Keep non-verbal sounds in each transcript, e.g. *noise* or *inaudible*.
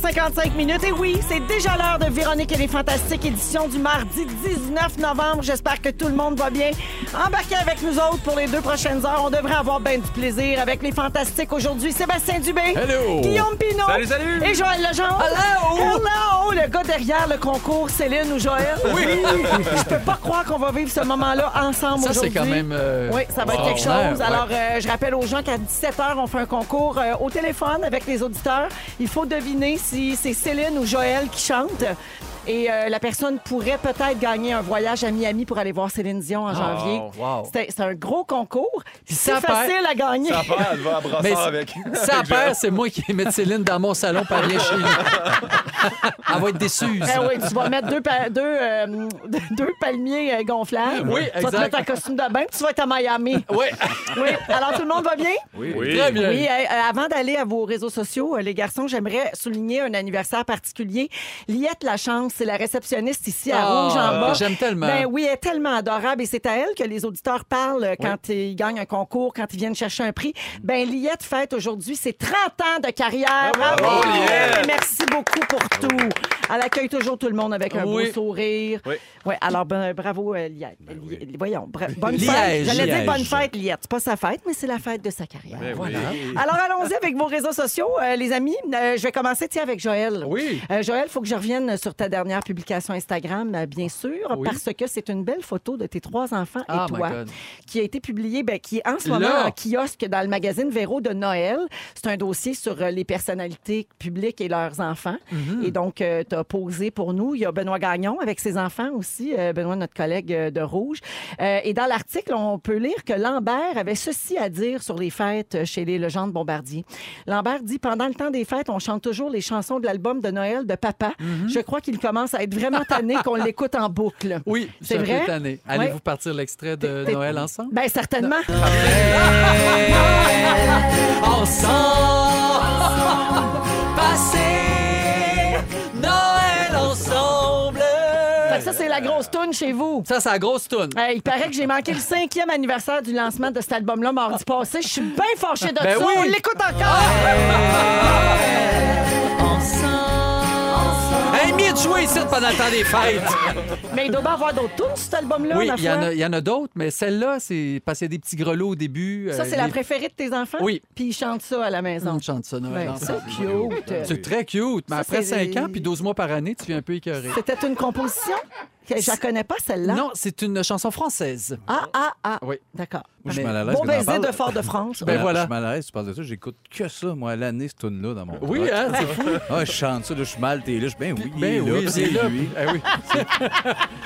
55 minutes. Et oui, c'est déjà l'heure de Véronique et les Fantastiques, édition du mardi 19 novembre. J'espère que tout le monde va bien. Embarquez avec nous autres pour les deux prochaines heures. On devrait avoir bien du plaisir avec les Fantastiques aujourd'hui. Sébastien Dubé. Hello. Guillaume Pinot. Salut, salut. Et Joël Lejeune. Hello. Hello. Le gars derrière le concours, Céline ou Joël. Oui. Je peux pas croire qu'on va vivre ce moment-là ensemble Ça, aujourd'hui. c'est quand même. euh, Oui, ça va être quelque extraordinaire, chose. ouais. Alors, euh, je rappelle aux gens qu'à 17h, on fait un concours euh, au téléphone avec les auditeurs. Il faut deviner si c'est Céline ou Joël qui chante. Et euh, la personne pourrait peut-être gagner un voyage à Miami pour aller voir Céline Dion en janvier. Oh, wow. C'est c'est un gros concours. ça C'est perd. facile à gagner. Ta part, elle va à Brassard Mais avec. *laughs* ça perd, c'est moi qui vais mettre Céline dans mon salon par rien chez nous. Elle va être déçue. ça. Ben oui, tu vas mettre deux, pa- deux, euh, *laughs* deux palmiers euh, gonflables. Oui, Tu vas te exact. mettre un costume de bain, puis tu vas être à Miami. Oui, Oui. Alors, tout le monde va bien? Oui. très bien. Oui, euh, euh, avant d'aller à vos réseaux sociaux, euh, les garçons, j'aimerais souligner un anniversaire particulier. Liette Lachance, c'est la réceptionniste ici à Ah, Rouge en bas. j'aime tellement. Ben oui, elle est tellement adorable et c'est à elle que les auditeurs parlent euh, quand ils gagnent un concours, quand ils viennent chercher un prix. Ben Liette fête aujourd'hui ses 30 ans de carrière. Bravo, Bravo, Liette. Et Merci beaucoup pour tout. Elle accueille toujours tout le monde avec un Oui. Ben beau sourire. Oui. Ouais, alors ben, bravo euh, Liette. Li- Voyons, bra- bonne Liège, fête. J'allais dire Liège. bonne fête Liette, c'est pas sa fête, mais c'est la fête de sa carrière. Ben Voilà. oui. Alors, allons-y avec vos réseaux sociaux, euh, les amis. Euh, je vais commencer, tiens, avec Joël. Oui. Euh, Joël, il faut que je revienne sur ta dernière publication Instagram, euh, bien sûr, parce que c'est une belle photo de tes trois enfants Ah, et my toi, God. qui a été publiée, ben, qui est en ce Là. moment en kiosque dans le magazine Véro de Noël. C'est un dossier sur euh, les personnalités publiques et leurs enfants. Et donc, tu as posé pour nous. Il y a Benoît Gagnon avec ses enfants aussi, euh, Benoît, notre collègue euh, de Rouge. Euh, et dans l'article, on peut lire que Lambert avait ceci à dire sur les fêtes chez les légendes Bombardier. Lambert dit Pendant le temps des fêtes, on chante toujours les chansons de l'album de Noël de papa. Je crois qu'il commence à être vraiment tanné qu'on l'écoute en boucle. Oui, je suis C'est un peu vrai? tanné. Oui. Allez-vous partir l'extrait de T'es- Noël ensemble? Ben certainement. Bah, Ensemble, passer Noël ensemble. Fait que ça, c'est la grosse toune chez vous. Ça, c'est la grosse toune. Euh, il paraît que j'ai manqué le cinquième anniversaire du lancement de cet album-là mardi passé. Je suis bien fâchée de ça. Ben oui. Ah! On l'écoute encore. Hey, mieux de jouer ici pendant le temps *laughs* des fêtes. Mais il doit bien avoir d'autres tunes sur cet album-là, Oui, ma il y, en foi. a- il y en a d'autres, mais celle-là, c'est parce qu'il y a des petits grelots au début. Ça, euh, c'est la les- préférée de tes enfants? Oui. Puis ils chantent ça à la maison. On chante ça, Noël. Ben, ensemble. c'est cute. C'est très cute, mais Ça, après c'est- 5 ans puis 12 mois par année, tu viens un peu écœuré. Euh, C'était une composition? Que Je la connais pas, celle-là. Non, c'est une chanson française. Ah, ah, ah. Oui. D'accord. Moi, je suis Mais- mal à l'aise. Bon que t'en baiser parles. de Fort-de-France. Ben, Ah, voilà. Je suis mal à l'aise, tu parles de ça. J'écoute que ça, moi, à l'année, cette tune-là dans mon. Oui, truck. hein, Ben, c'est fou. Ah, je chante ça, là, je suis mal, t'es là. Je- Ben oui, Ben il est oui, là, c'est là. lui. Eh oui.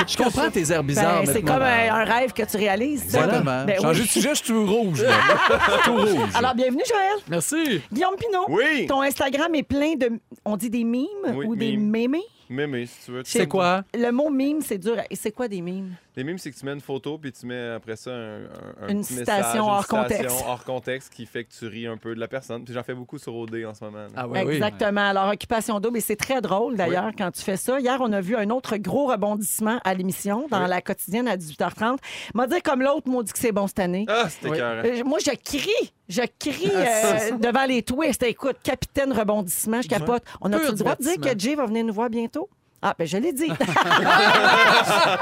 Je comprends tes airs Ben, bizarres. c'est maintenant. comme un, un rêve que tu réalises. ça. Exactement. Ben oui. Changer de sujet, je suis tout rouge. là. Je suis tout rouge. Alors, bienvenue, Joël. Merci. Guillaume Pinot. Oui. Ton Instagram est plein de. On dit des mimes Oui, ou des mimes. mémés? Mémé, si tu veux. C'est quoi? Le mot mime, c'est dur. à- Et c'est quoi des mimes? Les mimes, c'est que tu mets une photo, puis tu mets après ça un, un- un Une petit citation message, une hors citation contexte. hors contexte qui fait que tu ris un peu de la personne. Puis j'en fais beaucoup sur OD en ce moment. là. Ah oui, oui. Exactement. Alors, occupation double, et c'est très drôle d'ailleurs quand tu fais ça. Hier, on a vu un autre gros rebondissement à l'émission dans la quotidienne à 18h30. M'a dit comme l'autre, m'a dit que c'est bon cette année. Ah, c'était Oui. écœurant. Euh, moi, je crie, je crie euh, devant les twists. Écoute, capitaine rebondissement, je capote. On a-tu Pur le droit de dire divertissement. que Jay va venir nous voir bientôt? Ah, ben je l'ai *laughs* dit. *laughs*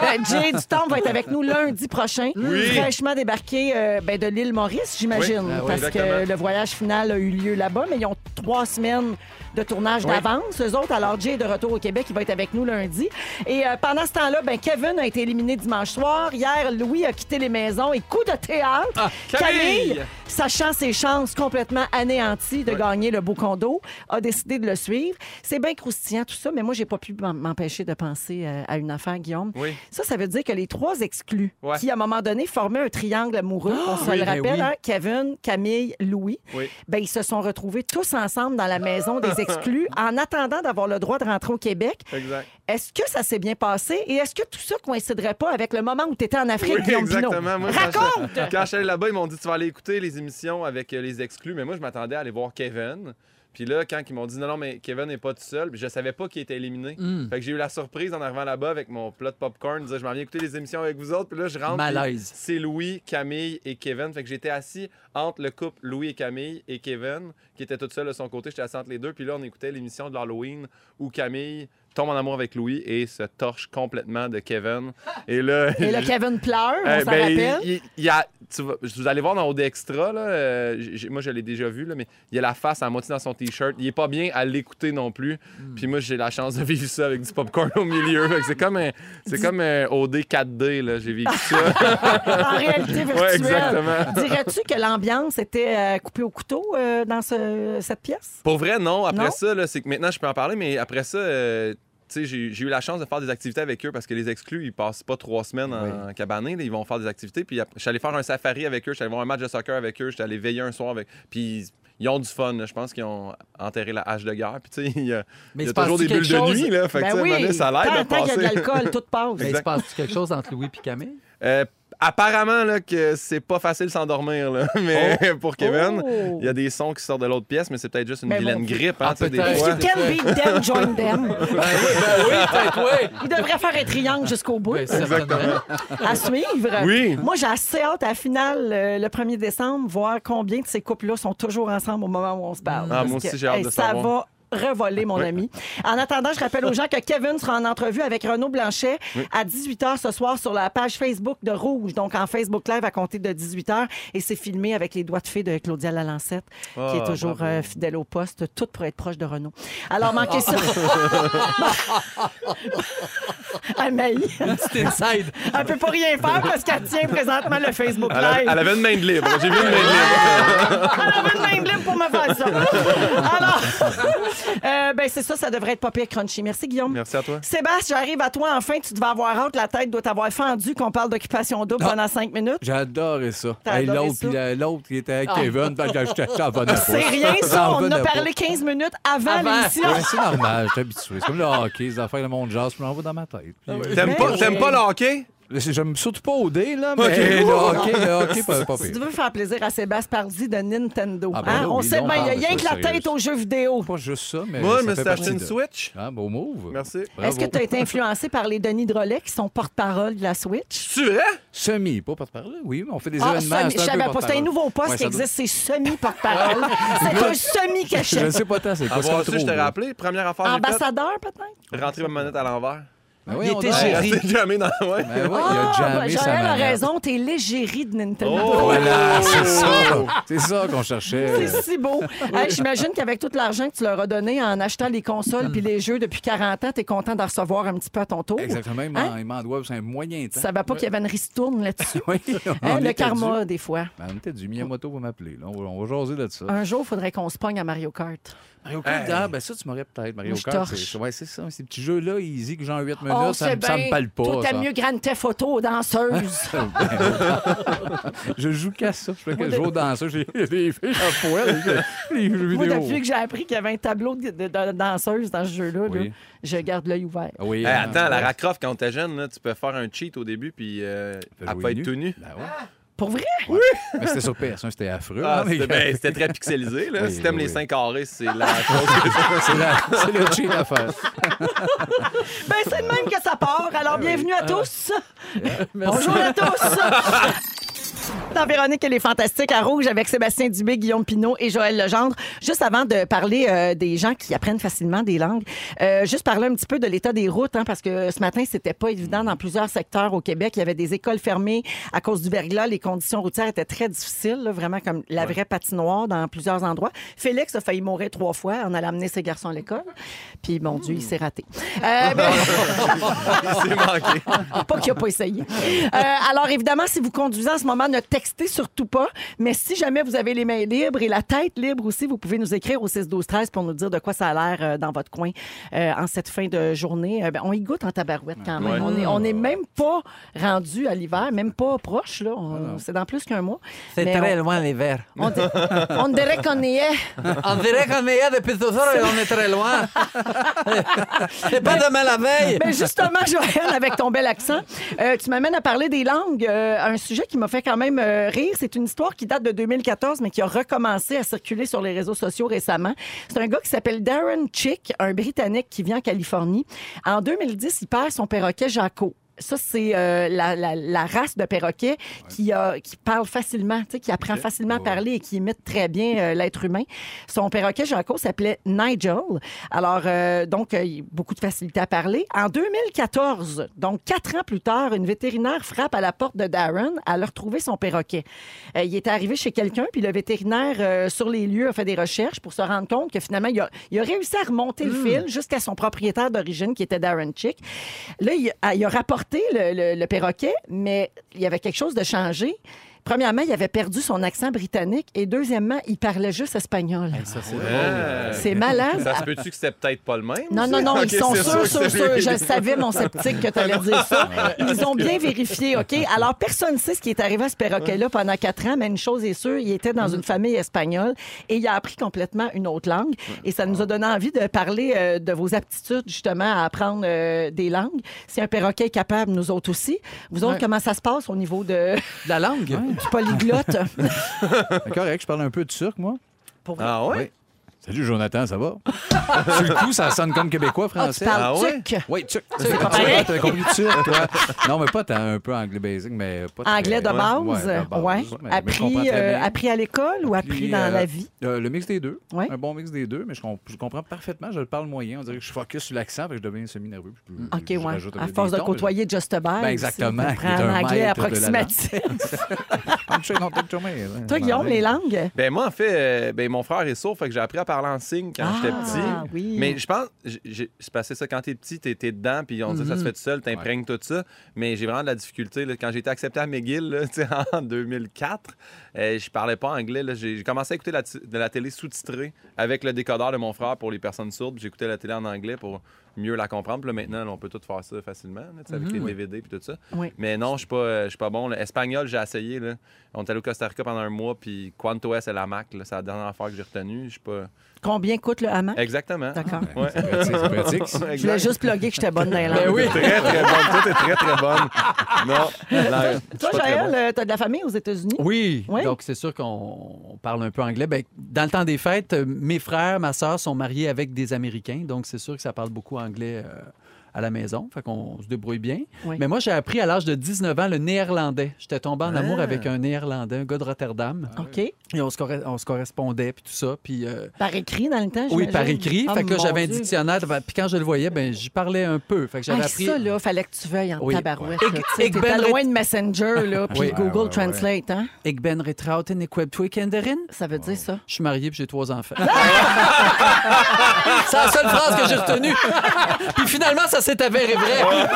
Ben, Jay Dutombe va être avec nous lundi prochain, Oui. fraîchement débarqué euh, ben, de l'île Maurice, j'imagine, Oui. Ah oui, parce que exactement. le voyage final a eu lieu là-bas, mais ils ont trois semaines de tournage d'avance, eux autres. Alors, Jay est de retour au Québec, il va être avec nous lundi. Et euh, pendant ce temps-là, ben, Kevin a été éliminé dimanche soir. Hier, Louis a quitté les maisons et coup de théâtre. Camille, Camille, sachant ses chances complètement anéanties de gagner le beau condo, a décidé de le suivre. C'est bien croustillant tout ça, mais moi, j'ai pas pu m'en- m'empêcher de penser euh, à une affaire, Guillaume. Oui. Ça, ça veut dire que les trois exclus, Ouais. Ah! qui à un moment donné formaient un triangle amoureux, on se oui, le ben rappelle, oui. hein, Kevin, Camille, Louis, Oui. ben, ils se sont retrouvés tous ensemble dans la maison *laughs* des exclus en attendant d'avoir le droit de rentrer au Québec. Exact. Est-ce que ça s'est bien passé et est-ce que tout ça coïnciderait pas avec le moment où tu étais en Afrique, Oui, Guillaume Pinot? exactement. Moi, quand Raconte! j'étais- Quand je suis allé là-bas, ils m'ont dit tu vas aller écouter les émissions avec euh, les exclus, mais moi je m'attendais à aller voir Kevin. Puis là, quand ils m'ont dit non, non, mais Kevin n'est pas tout seul, puis je savais pas qu'il était éliminé. Hum, Fait que j'ai eu la surprise en arrivant là-bas avec mon plat de popcorn, de dire je m'en viens écouter les émissions avec vous autres, puis là je rentre. puis Malaise. C'est Louis, Camille et Kevin. Fait que j'étais assis entre le couple Louis et Camille et Kevin, qui était toute seule de son côté. J'étais assis entre les deux. Puis là, on écoutait l'émission de l'Halloween où Camille tombe en amour avec Louis et se torche complètement de Kevin. Et *laughs* là, Et le Kevin pleure, on Eh, s'en ben, rappelle. *laughs* il- il- il y a- tu vas- vous allez voir dans Old Extra, là, euh, j'ai- moi je l'ai déjà vu, là, mais il a la face à moitié dans son t-shirt. Il est pas bien à l'écouter non plus. Puis moi j'ai la chance de vivre ça avec du popcorn au milieu. Fait que c'est comme un, c'est comme un OD 4D, là. j'ai *laughs* vécu ça. en réalité ouais, virtuelle. exactement. Dirais-tu que l'ambiance était euh, coupée au couteau euh, dans ce- cette pièce? Pour vrai, non. Après Non? ça, là, c'est que maintenant, je peux en parler, mais après ça, euh, tu sais, j'ai j'ai eu la chance de faire des activités avec eux parce que les exclus, ils passent pas trois semaines en cabané. là, ils vont faire des activités. Puis après, je suis allé faire un safari avec eux, je suis allé voir un match de soccer avec eux, je suis allé veiller un soir avec. Puis ils- ils ont du fun. là. Je pense qu'ils ont enterré la hache de guerre. Puis tu sais, il y a, Mais il y a se passe-tu toujours des quelque bulles chose? Ben de nuit. Là, fait que, tu sais, à un moment donné, ça Ben tant, l'aide à tant qu'il y a de passer. l'alcool, tout passe. Mais il se *laughs* Exact. passe quelque chose entre Louis et Camille? Euh, apparemment, là, que c'est pas facile de s'endormir, là. *laughs* Mais pour Kevin. Oh. Il y a des sons qui sortent de l'autre pièce, mais c'est peut-être juste une Mais vilaine bon. grippe. Hein, Ah, tu sais, des peut-être. If *laughs* fois. you can beat them, join them. Ben oui, *laughs* ben oui, peut-être, oui. Il devrait faire un triangle jusqu'au bout. Ben, certainement. À suivre. Oui. Moi, j'ai assez hâte à la finale euh, le 1er décembre, voir combien de ces couples-là sont toujours ensemble au moment où on se parle. Ah, moi Parce que, aussi, j'ai hâte de Ça savoir. va revoler, mon ami. En attendant, je rappelle aux gens que Kevin sera en entrevue avec Renaud Blanchet à 18h ce soir sur la page Facebook de Rouge, donc en Facebook Live à compter de 18h. Et c'est filmé avec les doigts de fée de Claudia Lalancette, qui Ah, est toujours bravo. euh, fidèle au poste, tout pour être proche de Renaud. Alors, *laughs* manquez ça. Amaï, Petit inside. elle peut pas rien faire parce qu'elle tient présentement le Facebook Elle, a- Live. elle avait une main de libre. J'ai vu une main de libre. Elle avait le même blême pour me faire ça. Alors, euh, ben c'est ça, ça devrait être pas pire crunchy. Merci, Guillaume. Merci à toi. Sébastien, j'arrive à toi enfin. Tu devais avoir hâte, la tête doit t'avoir fendu qu'on parle d'occupation double Ah. pendant cinq minutes. J'adorais ça. T'as adoré l'autre, ça? puis la- l'autre qui était avec Kevin, ben, j'étais ça C'est rien, *laughs* ça. On en a parlé 15 minutes avant Avant. l'émission. Ouais, c'est normal, je suis habitué. C'est comme le hockey, les affaires de monde jazz, je m'en vais dans ma tête. Puis, euh, T'aimes pas, oui. t'aimes pas le hockey? J'aime surtout pas au dé, là, mais Ok. le hockey, le hockey, pas, pas Si pire. tu veux faire plaisir à Sébastien Pardy de Nintendo, Ah ben hein? là, on oui, sait là, on bien, il y a parle de rien que ça, la tête sérieux. aux jeux vidéo. Pas juste ça, mais. Moi, Eh, ça je me fait suis partie acheté une de- Switch. Ah, beau move. Merci. Bravo. Est-ce que tu as été influencé par les Denis Drolet qui sont porte-parole de la Switch? Tu vrai? Semi, pas par parler. Oui, mais on fait des Ah, événements. semi, c'est je un peu savais pas. C'est un porte-parole. nouveau poste Ouais, qui ça doit- existe, c'est semi-porte-parole. *laughs* c'est un Je semi-cachet. ne sais pas tant, c'est quoi Ah, ça Avoir trop, su, je t'ai là. rappelé. Première affaire, j'ai faite, Ambassadeur, Ah, peut-être? rentrer ma manette à l'envers. Ben oui, Il on était dort. géré. Rester jamais dans ouais. Ben oui, il a ben, jamais sa Joël a manette. raison, t'es l'égérie de Nintendo. Oh! Voilà, c'est ça. C'est ça qu'on cherchait. *laughs* C'est si beau. Hey, J'imagine qu'avec tout l'argent que tu leur as donné en achetant les consoles puis les jeux depuis 40 ans, t'es content d'en recevoir un petit peu à ton tour. Exactement, il Hein? m'en- il m'en doit c'est un moyen temps. Ça va pas qu'il y avait une ristourne *laughs* là-dessus. Oui, on Hein, le était karma, dû. des fois. Ben, on était du Miyamoto va m'appeler. là. On, va- on va jaser de ça. Un jour, il faudrait qu'on se pogne à Ah, Mario Kart. Mario Kart, ah, ben ça, tu m'aurais peut-être. Mario Moi, je Kart, torche. c'est ouais, c'est ça. Ces petits jeux-là, easy, que j'en 8 minutes, On ça, sait me- ça me bien, parle pas. Toi, ça. t'aimes mieux Grand Theft Auto, danseuse. Je joue qu'à ça. Je fais que je joue dans ça. J'ai *laughs* des filles en poêle. j'ai- Les jeux Moi, vidéo. depuis que j'ai appris qu'il y avait un tableau de, de- de danseuse dans ce jeu-là, Oui. là, je garde l'œil ouvert. Ah Oui, Hey, hein, attends, ouais. Lara Croft, quand t'es jeune, là, tu peux faire un cheat au début, puis euh, Fait elle jouer peut être nu. tout nue. Ben ouais. Pour vrai? Mais c'était sur PS1, c'était affreux. Ah, hein, mais- c'était ben, c'était très pixelisé. Là. *laughs* Oui, si t'aimes oui, les oui. 5 carrés, c'est la chose. c'est la- c'est le cheat à faire. Ben, c'est de même que ça part. Alors, bienvenue à tous. Bonjour à tous. Dans Véronique, elle est fantastique à Rouge avec Sébastien Dubé, Guillaume Pinault et Joël Legendre. Juste avant de parler euh, des gens qui apprennent facilement des langues, euh, juste parler un petit peu de l'état des routes, hein, parce que ce matin, c'était pas évident dans plusieurs secteurs au Québec. Il y avait des écoles fermées à cause du verglas. Les conditions routières étaient très difficiles, là, vraiment comme la vraie patinoire dans plusieurs endroits. Félix a failli mourir trois fois en allant amener ses garçons à l'école. Puis, mon Dieu, il s'est raté. Euh, ben, c'est *laughs* manqué. pas qu'il n'a pas essayé. Euh, alors, évidemment, si vous conduisez en ce moment, ne textez surtout pas. Mais si jamais vous avez les mains libres et la tête libre aussi, vous pouvez nous écrire au 6-12-13 pour nous dire de quoi ça a l'air euh, dans votre coin euh, en cette fin de journée. Euh, ben, on y goûte en tabarouette quand même. Ouais. On n'est on est même pas rendu à l'hiver, même pas proche. là. On- C'est dans plus qu'un mois. Mais loin, l'hiver. on, on, di- on dirait qu'on y est. On dirait qu'on est là depuis tout heures et on est *laughs* très loin. C'est pas demain la veille. Ben, Mais *laughs* justement, Joël, avec ton bel accent, euh, tu m'amènes à parler des langues, euh, un sujet qui m'a fait quand même euh, euh, rire. C'est une histoire qui date de 2014, mais qui a recommencé à circuler sur les réseaux sociaux récemment. C'est un gars qui s'appelle Darren Chick, un Britannique qui vit en Californie. En 2010, il perd son perroquet Jaco. Ça, c'est euh, la, la- la race de perroquet qui, a- qui parle facilement, tu sais, qui apprend facilement à parler et qui imite très bien euh, l'être humain. Son perroquet, Jaco, s'appelait Nigel. Alors, euh, donc, euh, il a beaucoup de facilité à parler. En 2014, donc quatre ans plus tard, une vétérinaire frappe à la porte de Darren à leur trouver son perroquet. Euh, il était arrivé chez quelqu'un, puis le vétérinaire, euh, sur les lieux, a fait des recherches pour se rendre compte que finalement, il a, il a réussi à remonter le fil jusqu'à son propriétaire d'origine, qui était Darren Chick. Là, il a, il a rapporté le, le- le perroquet, mais il y avait quelque chose de changé. Premièrement, il avait perdu son accent britannique et deuxièmement, il parlait juste espagnol. Ça, c'est hein. Euh, C'est malade. Ça se peut-tu que c'était peut-être pas le même? Non, aussi? *laughs* non, *laughs* non, Ok, ils sont c'est sûrs, sûr que sûrs, c'est- sûrs. Je savais, mon sceptique, que tu Ah, allais dire *laughs* ça. Ils ont bien vérifié, OK? Alors, personne ne sait ce qui est arrivé à ce perroquet-là pendant quatre ans, mais une chose est sûre, il était Mm-hmm. dans une famille espagnole et il a appris complètement une autre langue. Et ça Ah. nous a donné envie de parler euh, de vos aptitudes, justement, à apprendre euh, des langues. Si un perroquet est capable, nous autres aussi. Vous autres, Ouais. comment ça se passe au niveau de, *laughs* De la langue? du *laughs* polyglotte? C'est Ben, Correct, je parle un peu de turc, moi. Pour vrai? Ah ouais? Salut, Jonathan, ça va? *laughs* Sur le coup, ça sonne comme québécois, Ah, tu français. parles Ah ouais? turc? Oui, turc. c'est pas pareil. T'as compris turc, toi? Non, mais pas tant, un peu anglais basic, mais pas très- Anglais de Ouais, base? ouais, de base, Ouais. mais- mais je comprends Appris, très euh, bien. appris à l'école ou appris Puis, dans euh, la vie? euh, le mix des deux. Ouais. Un bon mix des deux, mais je, com- je comprends parfaitement. Je le parle moyen. On dirait que je focus sur l'accent, puis je deviens semi-nerveux. puis je- OK, je ouais. rajoute un À peu force des de tons, mais je- côtoyer Just a Bite, Ben, exactement, c'est- qui est prends un un anglais maître de la approximatif. Ah, je suis content que tu m'aies, hein. *laughs* Toi, Guillaume, les langues? Ben moi, en fait, euh, ben, mon frère est sourd, fait que j'ai appris à parler en signe quand j'étais Ah, petit. oui. Mais je pense, j- j'ai- c'est passé ça quand t'es petit, t'es, t'es dedans, puis on dit Mm-hmm. ça se fait tout seul, t'imprègnes tout ça. Mais j'ai vraiment de la difficulté. là. Quand j'ai été accepté à McGill là, *laughs* tu sais, en 2004, euh, je parlais pas anglais. là. J'ai, j'ai commencé à écouter la t- de la télé sous-titrée avec le décodeur de mon frère pour les personnes sourdes. puis J'écoutais la télé en anglais pour mieux la comprendre. Puis là, maintenant, là, on peut tout faire ça facilement, là, tu sais, avec les DVD puis tout ça. Mm-hmm. Oui. Mais non, je suis pas, euh, je suis pas bon. L'espagnol, j'ai essayé. Là. On est allé au Costa Rica pendant un mois, puis Quanto es la Mac, c'est la dernière affaire que j'ai retenue. Je suis pas... Combien coûte le hamac? Exactement. Hein? D'accord. Ouais. C'est pratique, Je *laughs* c'est pratique. voulais Exact. juste plugger que j'étais bonne dans les langues. oui. Très, très bonne. Toi, t'es très, très bonne. Non. non, je suis Toi, pas très Joël, bon. euh, t'as de la famille aux États-Unis? Oui, Oui. donc c'est sûr qu'on on parle un peu anglais. Ben, dans le temps des fêtes, euh, mes frères, ma sœur sont mariés avec des Américains, donc c'est sûr que ça parle beaucoup anglais euh, à la maison, fait qu'on se débrouille bien. Oui. Mais moi, j'ai appris à l'âge de 19 ans le néerlandais. J'étais tombé en Ah. amour avec un néerlandais, un gars de Rotterdam, OK. et on se, corre- on se correspondait, puis tout ça, puis... euh, Par écrit, dans le temps, oui, j'imagine? par écrit. Ah, fait que là, mon j'avais un Dieu. dictionnaire. Puis quand je le voyais, ben, j'y parlais un peu. Fait que j'avais Ah, appris. ça, là, fallait que tu veuilles en Oui. tabarouette. Ouais. là, tu Et- sais, et T'es ben pas ret- loin de Messenger, là, puis Oui. Google Ouais, ouais, Translate, hein? Ik ben retrauten, ik heb twee kinderen. Ça veut dire ça? Je suis marié puis j'ai trois enfants. C'est la seule phrase que j'ai retenue. puis finalement, ça s'est avéré vrai.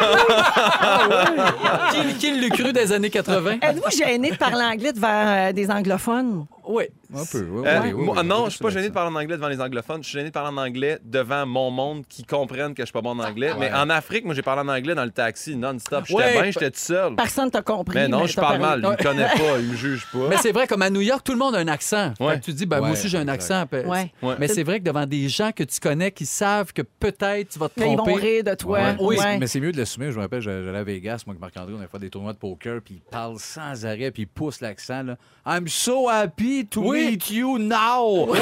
qui qui l'eût cru des années 80? Êtes-vous gêné de parler anglais devant euh, des anglophones? Oui. Un peu, oui, oui, Euh, oui, oui, moi- oui, non, oui, je suis pas c'est gêné de parler en anglais devant les anglophones. Je suis gêné de parler en anglais devant mon monde qui comprennent que je suis pas bon en anglais. Mais en Afrique, moi, j'ai parlé en anglais dans le taxi non-stop. J'étais Ouais, bien, j'étais tout seul. Personne t'a compris. Mais Ben non, je t'as parle mal. parlé. Il me connaît pas, il me juge pas. Mais c'est vrai, comme à New York, tout le monde a un accent. Fait que Ouais. tu dis, ben, moi Ouais, aussi, j'ai un exact. accent. Puis- Ouais. Ouais. Mais c'est vrai que devant des gens que tu connais qui savent que peut-être tu vas te Mais ils vont tromper. rire de toi. Ouais. Oui, Ouais. Mais c'est mieux de l'assumer. Je me rappelle, j'allais à Vegas, moi, avec Marc-André, on a fait des tournois de poker, puis il parle sans arrêt, puis il pousse l'accent. là. I'm so happy to Oui. meet you now. Oui.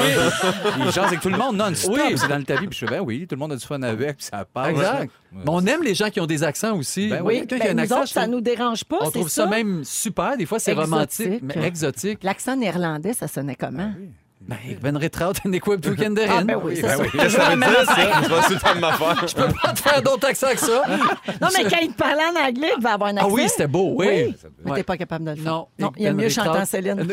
il chante avec tout le monde non-stop. Oui. C'est dans le tapis, puis je fais, ben oui, tout le monde a du fun avec, puis ça parle. Exact. Ouais. Mais on aime les gens qui ont des accents aussi. Ben Oui, Quelqu'un ben, qui a un nous accent, autres, ça je- nous dérange pas, on c'est trouve ça, même super. Des fois, c'est Exotique. romantique, mais exotique. L'accent néerlandais, ça sonnait comment? Ben, ik ben retraut en ik heb twee kinderen. Ah, ben oui, c'est Ben ça. oui. Qu'est-ce que ça veut dire, ça? Tu vas tout le temps de m'affaire. Je peux pas te faire d'autres accents que ça. Non, mais quand il te parlait en anglais, il devait avoir un accent. Ah oui, c'était beau, oui. Mais t'es pas capable de le faire. Non. il y a Ben mieux Richard. chantant Céline.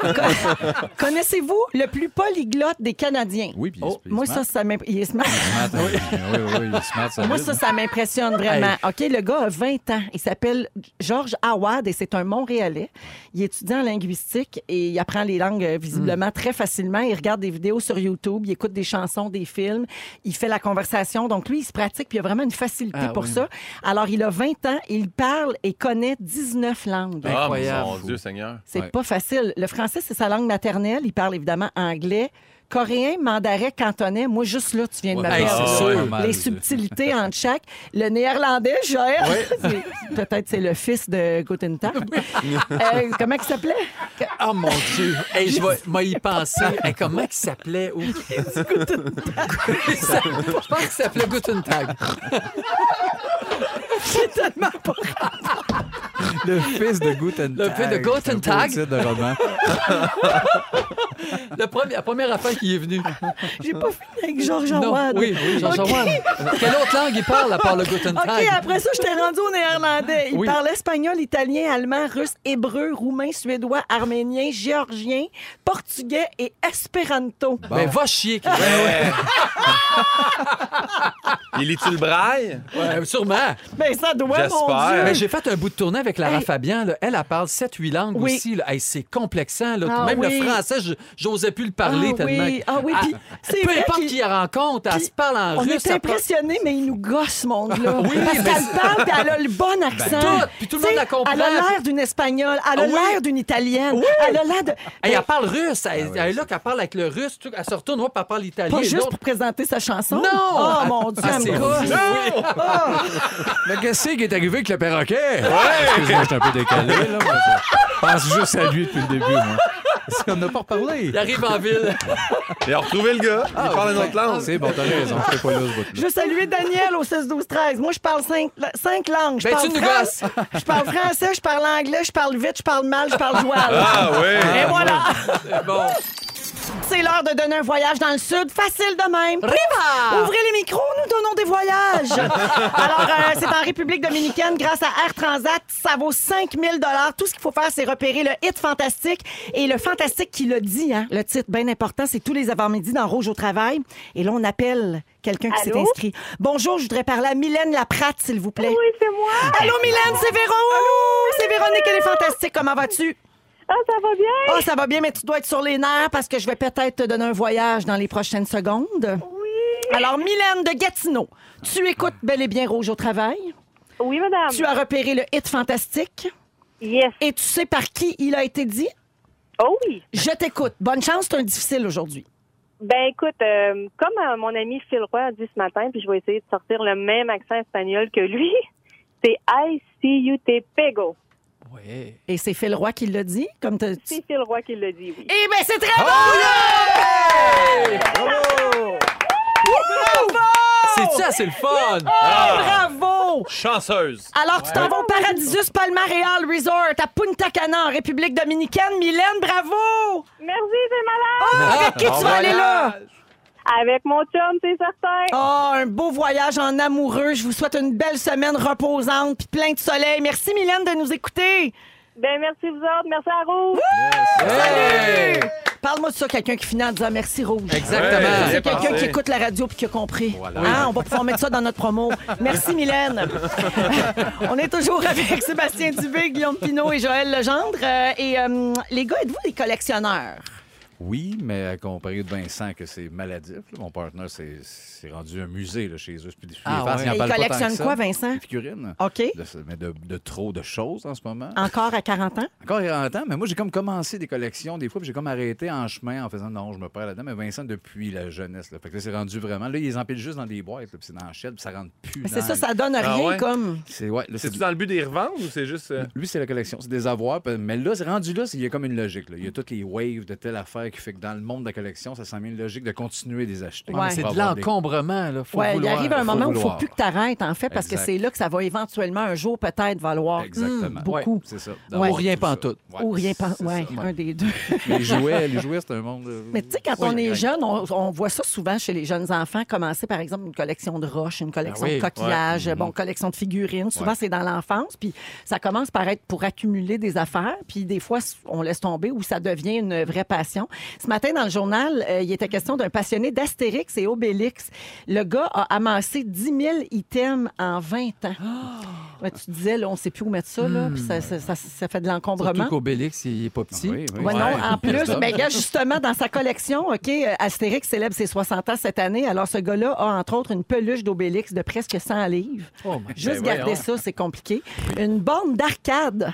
Con- Connaissez-vous le plus polyglotte des Canadiens? Oui, puis il Oh, se- il Moi, se ça, marre. ça m'impressionne. Ah, oui, oui, oui, il se marre, ça Moi, vide. ça, ça m'impressionne vraiment. OK, le gars a 20 ans. Il s'appelle Georges Howard et c'est un Montréalais. Il est étudiant en linguistique et il apprend les langues euh, Hmm. visiblement très facilement. Il regarde des vidéos sur YouTube, il écoute des chansons, des films, il fait la conversation. Donc, lui, il se pratique puis il a vraiment une facilité Ah pour oui. ça. Alors, il a 20 ans, il parle et connaît 19 langues. Ben, Ah, Incroyable. mon Dieu, Seigneur. C'est Ouais. pas facile. Le français, c'est sa langue maternelle. Il parle évidemment anglais, Coréen, mandarin, cantonais, moi, juste là, tu viens de me Ouais. Hey, perdre. c'est sûr. Mal, Les là. subtilités entre chaque. Le néerlandais, Joël, *laughs* c'est- peut-être c'est le fils de Guten Tag. *laughs* Euh, comment il s'appelait? *laughs* Oh mon Dieu! Hey, je vais moi, y penser. Hey, comment il s'appelait? Ou- je pense qu'il s'appelait Guten Tag. tellement pas. Le fils de Guten Le Tag. fils de Guten C'est un beau Tag. titre de *laughs* roman. Le premier, la première affaire qui est venue. J'ai pas fini avec Georges Non, Howard. oui, oui, Jean OK. Jean-Juan. Quelle autre langue il parle à part le Guten Tag? OK, Ah. après ça, je t'ai rendu au néerlandais. Il Oui. parle espagnol, italien, allemand, russe, hébreu, roumain, suédois, arménien, géorgien, portugais et espéranto. Ben, va chier. Chris. Il lit-tu le braille? Ouais, Euh, sûrement. Ben, ça doit, mon Dieu. J'espère. Mais j'ai fait un bout de tournée avec Lara Hey. Fabian. là. Elle, elle parle 7-8 langues Oui. aussi. là. Hey, c'est complexant. là. Ah Même oui. le français, je- j'osais plus le parler Ah tellement. oui, ah oui, Elle- puis c'est peu vrai importe qu'il- qui elle rencontre, elle puis se parle en On russe. est elle parle- impressionnés, mais il nous gosse, ce monde-là. Oui, Parce mais Ben, qu'elle parle, puis elle a le bon accent. tout, puis tout le monde T'sais, la comprend, Elle a l'air puis- d'une Espagnole, elle a Ah oui. l'air d'une Italienne, elle a l'air de... Ben, Hey, elle parle russe. Ah Elle, elle est là qu'elle parle avec le russe. tout- Elle se retourne, hop, elle parle italien. pas et juste l'autre- pour présenter sa chanson. Non! Oh, Elle- mon Dieu, Ah, elle me c'est gosse. russe. Mais qu'est-ce qui est arrivé avec le perroquet? Excuse-moi, je suis un peu décalé, là. mais je pense juste à lui depuis le début, moi. Parce qu'on n'a pas reparlé. Il arrive *laughs* en ville. Et on retrouvé le gars. Il Ah, parle une autre langue. C'est bon, t'as raison, je fais pas là ce bout-là. Je veux saluer Daniel au 16-12-13. Moi, je parle cinq, cinq langues. Je Ben, parle tu nous fran- gosses. Je parle français, je parle anglais, je parle vite, je parle mal, je parle joual. Ah oui! Et voilà, Bon. c'est l'heure de donner un voyage dans le sud, facile de même. Riva! Ouvrez les micros, nous donnons des voyages. *laughs* Alors, euh, c'est en République dominicaine grâce à Air Transat. Ça vaut 5 000 Tout ce qu'il faut faire, c'est repérer le hit fantastique. Et le fantastique qui le dit, hein, le titre bien important, c'est tous les avant-midi dans Rouge au travail. Et là, on appelle quelqu'un qui s'est Allô? inscrit. Bonjour, je voudrais parler à Mylène Laprate, s'il vous plaît. Ah Oui, c'est moi. Allô, Mylène, c'est Véro! C'est Véronique, elle est fantastique. Comment vas-tu? Ah, ça va bien? Oh, ça va bien, mais tu dois être sur les nerfs parce que je vais peut-être te donner un voyage dans les prochaines secondes. Oui. Alors, Mylène de Gatineau, tu écoutes bel et bien Rouge au travail. Oui, madame. Tu as repéré le hit fantastique Yes. et tu sais par qui il a été dit. Oh oui. Je t'écoute. Bonne chance, c'est un difficile aujourd'hui. Ben écoute, euh, comme euh, mon ami Phil Roy a dit ce matin, puis je vais essayer de sortir le même accent espagnol que lui, *laughs* c'est I see you te pego. Ouais. Et c'est Phil Roy qui l'a dit, comme t'as- C'est Phil Roy qui le dit, oui. Eh bien, c'est très bon! Bravo! C'est-tu assez le fun? Ah! Bravo! Chanceuse! Alors, tu t'en vas au Paradisus Palmareal Resort à Punta Cana, en République dominicaine. Mylène, bravo! Merci, c'est malade! Ah, Avec qui tu vas aller là? Avec mon chum, c'est certain. Oh, un beau voyage en amoureux. Je vous souhaite une belle semaine reposante puis plein de soleil. Merci, Mylène, de nous écouter. Ben merci vous autres, merci à Rouge. Hey! Parle-moi de ça, quelqu'un qui finit en disant merci, Rouge. Ah, Exactement. Ouais. C'est quelqu'un pensé. qui écoute la radio puis qui a compris. Hein, on va pouvoir mettre ça dans notre promo. Merci, *laughs* Mylène. on est toujours avec Sébastien Dubé, Guillaume Pinot et Joël Legendre. Euh, et euh, les gars, êtes-vous des collectionneurs? Oui, mais à comparer de Vincent, que c'est maladif. là. Mon partenaire, c'est- c'est rendu un musée là, chez eux. Puis les Ah faces, ouais. ils en Et parlent pas tant collectionne que ça. quoi, Vincent? Des figurines. OK. De ce- mais de, de trop de choses en ce moment. Encore à 40 ans? Encore il y a 40 ans, mais moi, j'ai comme commencé des collections des fois, puis j'ai comme arrêté en chemin en faisant non, je me perds là-dedans. Mais Vincent, depuis la jeunesse, là, fait que là, c'est rendu vraiment. Là, ils les empilent juste dans des boîtes, là, puis c'est dans la chaîne, puis ça rentre plus. Mais C'est dans- ça, ça donne rien ouais? comme. C'est, Ah ouais, là, c'est C'est-tu dans le but des revendre ou c'est juste. euh, Lui, c'est la collection, c'est des avoirs. puis- Mais là, c'est rendu là, c'est- il y a comme une logique. là. Il y a toutes les waves de telle affaire qui fait que dans le monde de la collection, ça semble une logique de continuer des acheter. Ouais. C'est Pour de avoir des- l'encombrement. là. Faut Ouais, vouloir. il arrive un faut moment où il ne faut vouloir. plus que tu arrêtes, en fait, parce que Exact. c'est là que ça va éventuellement, un jour, peut-être valoir. Exactement. Mm, beaucoup. Ouais, c'est ça. Ouais. D'avoir Ou tout Mmh, rien ça. pantoute. Ouais, Ou rien pas. c'est Ouais, ça. un des deux. *laughs* Les jouets, les jouets, c'est un monde. euh, Mais tu sais, quand ouais, on est correct. jeune, on, on voit ça souvent chez les jeunes enfants, commencer par exemple une collection de roches, une collection Ah oui, de coquillages, bon, collection de figurines. Souvent, Ouais. c'est dans l'enfance. Puis ça commence par être pour accumuler des affaires. Puis des fois, on laisse tomber ou ça devient une vraie passion. Ce matin, dans le journal, euh, il était question d'un passionné d'Astérix et Obélix. Le gars a amassé 10 000 items en 20 ans. Ouais, tu disais, là, on ne sait plus où mettre ça, là, puis ça, ça- ça- ça fait de Ah! Hmm. Surtout l'encombrement. qu'Obélix, il est pas petit. Oui, oui. Ouais, Ouais. non, en plus, Personne. mais gars, justement, dans sa collection, OK, euh, Astérix célèbre ses 60 ans cette année. Alors, ce gars-là a, entre autres, une peluche d'Obélix de presque 100 livres. Oh my- Juste Ben garder voyons. ça, c'est compliqué. Une borne d'arcade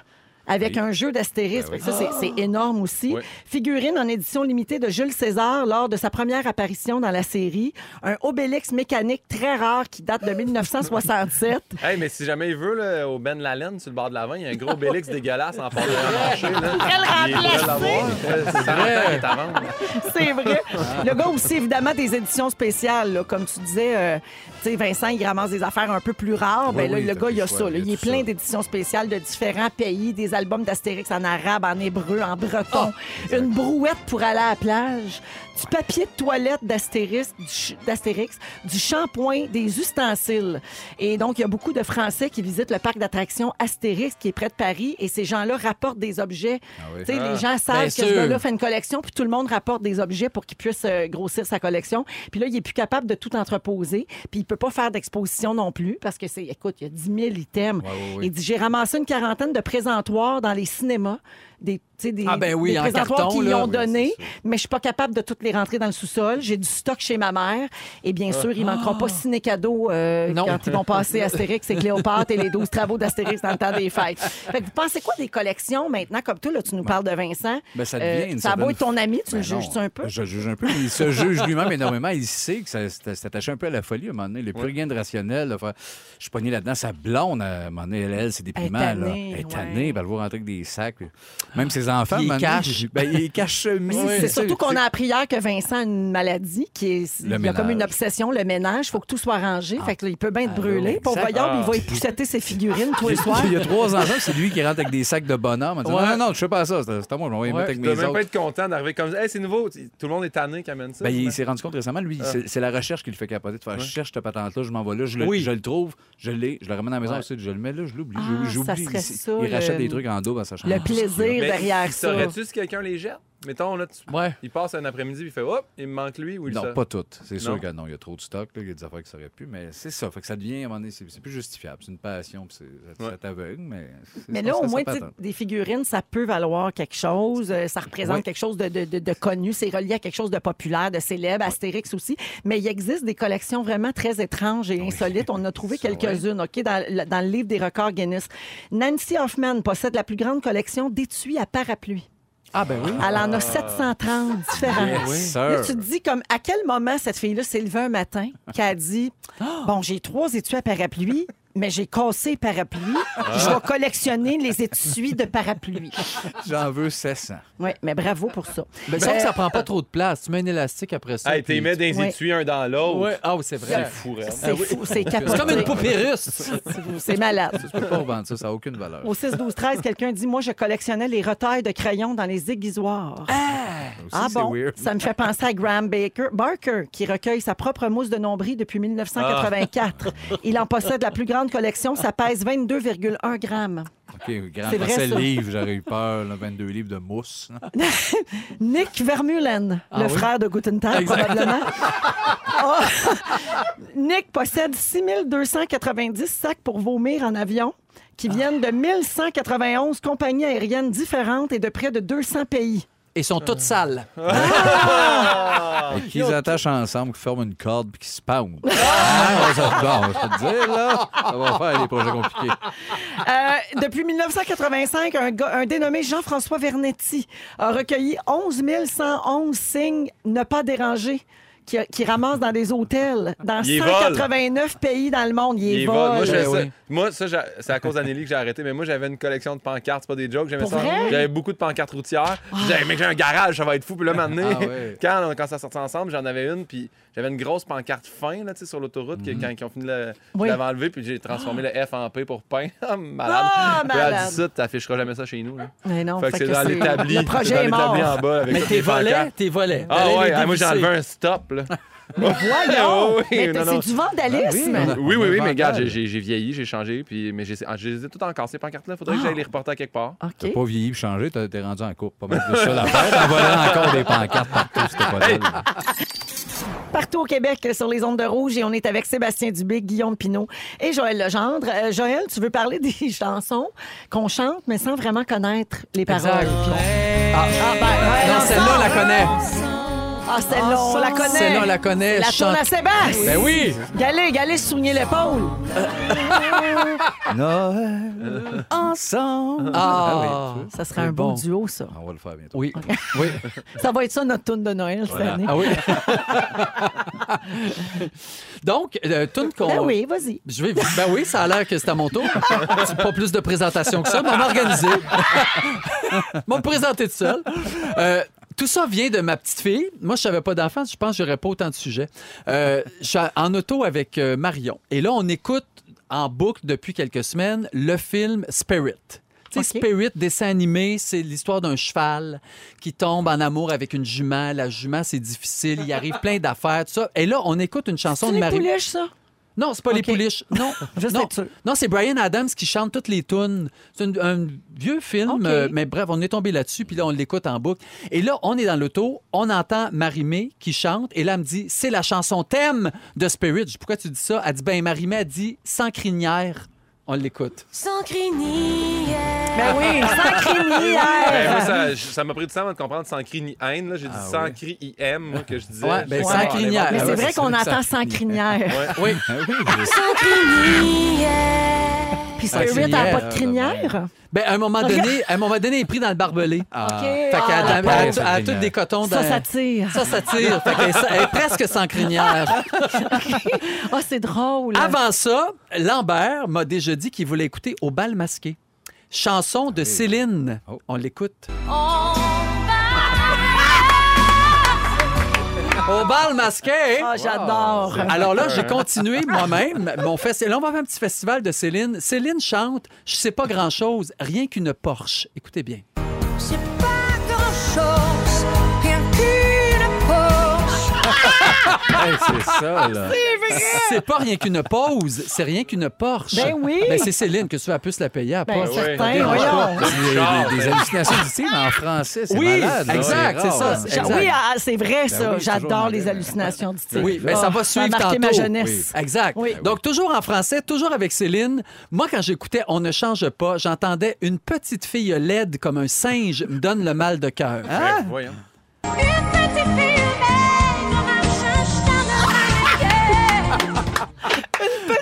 avec Oui. un jeu d'astérisque. Ben oui. Ça, c'est- c'est énorme aussi. Oui. Figurine en édition limitée de Jules César lors de sa première apparition dans la série. Un obélix mécanique très rare qui date de 1967. Hey, mais si jamais il veut, là, au Ben Lalen, sur le bord de l'avant, il y a un gros *laughs* Bélix dégueulasse en forme de marché. Là. Il est prêt à l'avoir. Il fait 100 ans qu'il est à vendre. *laughs* C'est vrai. Le gars aussi, évidemment, des éditions spéciales. là. Comme tu disais, euh, tu sais, Vincent, il ramasse des affaires un peu plus rares. Oui, Ben là, oui, le t'as gars, plus il a le ça. choix, là. il y Il a est tout plein ça. d'éditions spéciales de différents pays, des albums d'Astérix en arabe, en hébreu, en Ah, breton, une brouette pour aller à la plage, du papier de toilette d'Astérix, du ch- d'Astérix, du shampoing, des ustensiles. Et donc, il y a beaucoup de Français qui visitent le parc d'attractions Astérix qui est près de Paris et ces gens-là rapportent des objets. oui. Tu sais, Ah. les gens savent Bien que ce sûr. gars-là fait une collection, puis tout le monde rapporte des objets pour qu'il puisse euh, grossir sa collection. Puis là, il est plus capable de tout entreposer, puis il peut pas faire d'exposition non plus, parce que c'est, écoute, il y a 10 000 items. Ouais, ouais, ouais. Il dit, j'ai ramassé une quarantaine de présentoirs dans les cinémas, des, tu sais, des, Ah, ben oui, des en présentoirs carton, qu'ils lui là. ont Oui, donné, c'est mais je suis pas capable de toutes les rentrer dans le sous-sol. J'ai du stock chez ma mère, et bien sûr, ils manqueront pas ciné cadeau euh, Non. quand ils vont passer Astérix et Cléopâtre et les 12 travaux d'Astérix dans le temps des fêtes. Fait que vous pensez quoi des collections maintenant, comme toi, là, tu nous parles de Vincent? Ben, ça Euh, devient une Ça a beau certaine- être ton ami, tu le Ben non, juges-tu un peu? Je le juge un peu. mais *laughs* Il se juge lui-même énormément. Il sait que ça- c'est c'est attaché un peu à la folie à un moment donné. Il n'y a plus rien de rationnel. là. Fait, je suis pogné là-dedans. Sa blonde, à un moment donné, elle, elle, c'est des Elle est piments. là. tannée, Elle est ouais. tannée. puis Elle va rentrer avec des sacs. puis- Même ses enfants. Puis il à un moment donné, cache. Ben, il cache chemise. C'est- c'est surtout qu'on a appris hier que Vincent a une maladie qui est. Le il a ménage. Ah. comme une obsession, le ménage. Il faut que tout soit rangé. Fait que là, il peut bien te brûler. Pour Exact. voyant, il Ah. va épousseter ses figurines tous les soirs. *laughs* Il y a trois enfants, c'est lui qui rentre avec des sacs de bonhomme. en disant, Ouais. Non, non, non, je fais pas ça. C'est c'est à moi, je vais les mettre Ouais. avec Tu mes dois même autres. pas être content d'arriver comme ça. Hey, c'est nouveau. Tout le monde est tanné qui amène ça. Ben, il s'est rendu compte récemment, lui, c'est- c'est la recherche qui le fait capoter. De faire, je cherche cette patente-là, je m'en vais là, je le, Oui. je le trouve, je l'ai, je le ramène à la maison, Ouais. ensuite, je le mets là, je l'oublie, Ah, j'oublie. ça j'oublie. serait Il- ça, Il le- rachète des trucs en double à sa chambre. Le plaisir Mais derrière Ben, il ça. saurais-tu si quelqu'un les jette? Mettons, là, tu- Ouais. il passe un après-midi, puis il fait hop, il me manque lui ou il Non, ça. pas toutes. C'est Non. sûr que non, il y a trop de stock, là, il y a des affaires qui ça aurait pu, mais c'est ça. Fait que ça devient, à un moment donné, c'est c'est plus justifiable. C'est une passion, puis c'est- ça Ouais. ça t'aveugle, mais. c'est- Mais ça, là, c'est au sa moins, tu sais, patente. des figurines, ça peut valoir quelque chose. euh, ça représente Ouais. quelque chose de, de- de- de connu. C'est relié à quelque chose de populaire, de célèbre, Astérix aussi. Mais il existe des collections vraiment très étranges et insolites. On en a trouvé Ça, ouais. quelques-unes, OK, dans, le- dans le livre des records Guinness. Nancy Hoffman possède la plus grande collection d'étuis à parapluie. Ah, ben oui. Elle en a 730 différents. *laughs* Yes, Là, sir. tu te dis comme à quel moment cette fille-là s'est levée un matin qu'elle a dit Bon, j'ai trois étuis à parapluie. Mais j'ai cassé parapluie. Je vais collectionner les étuis de parapluie. *laughs* J'en veux 700. Oui, mais bravo pour ça. Mais ça, ça prend pas trop de place. Tu mets un élastique après ça. Hey, t'es puis mis tu- des Ouais. étuis un dans l'autre. Ouais. Ah, oui, c'est C'est vrai. fou, raide. C'est fou, c'est C'est capoté. comme une poupée russe. C'est malade. Tu peux pas revendre ça, ça n'a aucune valeur. Au 6 12 13, quelqu'un dit moi je collectionnais les retailles de crayons dans les aiguisoirs. Aussi, Ah c'est bon? weird. Ça me fait penser à Graham Baker, Barker, qui recueille sa propre mousse de nombril depuis 1984. Il en possède la plus grande collection. Ça pèse 22,1 grammes. OK, grand C'est vrai, procès ça. livre, j'aurais eu peur, là, 22 livres de mousse. Nick Vermulen, Ah le oui? frère de Guten Tag, Exact. probablement. *laughs* Oh! Nick possède 6290 sacs pour vomir en avion qui Ah. viennent de 1191 compagnies aériennes différentes et de près de 200 pays. Ils sont toutes sales. Ah. Ah, Et qu'ils attachent ensemble, qu'ils forment une corde puis qu'ils se pendent. Ah, on va se- bon, on va se le dire, là. Ça va faire des projets compliqués. Euh, depuis 1985, un, gars- un dénommé Jean-François Vernetti a recueilli 11 111 signes ne pas déranger. Qui, qui ramasse dans des hôtels dans Il les 189 pays dans le monde. Il, Il les est vole. vol. Moi, Ben je fais Oui, ça. oui. Moi, ça, j'a- c'est à cause d'Anneli que j'ai arrêté, mais moi, j'avais une collection de pancartes, c'est pas des jokes. J'aimais Pour ça. vrai? Ah. J'avais beaucoup de pancartes routières. J'avais, mec, j'ai un garage, ça va être fou. Puis là, maintenant, Ah ouais. *laughs* quand, on- quand ça sortait ensemble, j'en avais une, puis j'avais une grosse pancarte fin, là, tu sais, sur l'autoroute, Mhm. que quand ils ont fini de Oui. l'avant enlever, puis j'ai transformé le F en P pour pain. *laughs* Ah, malade. Ah, Puis elle a dit, malade. ça, t'afficheras jamais ça chez nous. là. Mais non, fait que c'est dans l'établi. Le c'est dans projet est mort. l'établi en bas avec Mais toutes tes les volets, pancartes. tes volets. Ah Allez, ouais, les ah, moi j'ai dévisser. enlevé un stop *laughs* là. *laughs* Voyons! Ah Oui, Mais non, non. c'est du vandalisme! Ah Oui, oui, oui, Inventaire. mais regarde, j'ai- j'ai j'ai vieilli, j'ai changé, puis, mais j'ai ah, je les ai tout encore, ces pancartes-là. Faudrait que j'aille les reporter à quelque part. Ah. T'as OK. pas vieilli puis changé, t'as- t'es rendu en couple. Pas mal de ça l'affaire. T'en volant encore des pancartes partout, c'était pas drôle. Partout au Québec, euh, sur les ondes de rouge, et on est avec Sébastien Dubé, Guillaume Pinault et Joël Legendre. Euh, Joël, tu veux parler *laughs* des chansons qu'on chante, mais sans vraiment connaître les paroles. Exact. Ah, Ah, ben, ouais, non, ensemble. celle-là, on la connaît. Ah, celle-là, on la connaît. Celle-là, on la connaît. La Chante- tourne à Sébastien. Ben oui! Galé, galé, souligner l'épaule. Noël, ensemble. Ah, oui, tu Ça serait un bon, duo, ça. vois. Ah, On va le faire bientôt. Oui, oui. Ça va être ça, notre tourne de Noël cette année. *laughs* Ah oui. Donc, euh, toune qu'on. Ben oui, vas-y. Je vais... Ben oui, ça a l'air que c'est à mon tour. C'est pas plus de présentation que ça, mais on m'a *laughs* organisé. m'ont présenté tout seul. Euh, tout ça vient de ma petite fille. Moi, je savais pas d'enfant. Je pense que j'aurais pas autant de sujets. Euh, je suis en auto avec euh, Marion. Et là, on écoute en boucle depuis quelques semaines le film Spirit. Tu sais, OK. Spirit, dessin animé, c'est l'histoire d'un cheval qui tombe en amour avec une jument. La jument, c'est difficile. Il arrive plein d'affaires, tout ça. Et là, on écoute une chanson C'est de les Marie. pouliches, ça? Non, c'est pas les OK. pouliches. Non, Juste non. être sûr. Non, c'est Brian Adams qui chante toutes les tunes. C'est une- un, vieux film, OK. euh, mais bref, on est tombé là-dessus, puis là, on l'écoute en boucle. Et là, on est dans l'auto, on entend Marie-Mé qui chante, et là, elle me dit C'est la chanson thème de Spirit. Je dis, Pourquoi tu dis ça Elle dit Ben, Marie-Mé, elle dit Sans crinière. On l'écoute. Sans crinière. Ben oui, sans Ben, moi, crinière. ça- je- ça m'a pris du temps avant de comprendre sans cri ni haine. là. J'ai dit sans cri IM, moi, que je disais. Ah Ouais, ben, Je- sans Ah, cri ni haine. n'importe Mais quoi. c'est ouais, vrai c'est qu'on ça que entend ça- sans crinière. Oui. Ah *laughs* oui, je- Sans crinière. Puis Sans Spirit n'a pas crinière, de crinière. Ben, à un moment donné, à un moment donné, il est pris dans le barbelé. Ah. OK. Fait qu'elle a- la elle a- pauvre, elle a cette toutes des cotons dans- Ça, ça tire. Ben, Ça, ça tire. Fait qu'elle est- elle est presque sans crinière. Ah, c'est drôle. Avant ça, Lambert m'a déjà dit qu'il voulait écouter Au bal masqué. Chanson de Céline. Oh. On l'écoute. On Au bal masqué. Ah, j'adore. Alors là, j'ai continué moi-même mon festival. Là, on va faire un petit festival de Céline. Céline chante Je sais pas grand-chose, rien qu'une Porsche. Écoutez bien. C'est pas grand chose, rien qu'une poche. Hey, c'est ça, là. C'est pas rien qu'une pause, c'est rien qu'une Porsche. Ben oui. Ben, c'est Céline que tu vas plus la payer à Ben, Porsche. certain, Ben oui. voyons. Le char, Des, des hallucinations auditives mais en français, c'est Oui, malade. là. exact, c'est rare, ça, hein. c'est Ja- exact. Oui, ah, c'est vrai, ça. oui, c'est toujours J'adore les anglais. hallucinations auditives. Oui, mais ça Ah, va suivre Ça a marqué tantôt. ma jeunesse. Exact. Oui. Donc, toujours en français, toujours avec Céline. Moi, quand j'écoutais On ne change pas, j'entendais une petite fille laide comme un singe me donne le mal de cœur. Ah, Ben, voyons. Une petite fille humaine marche dans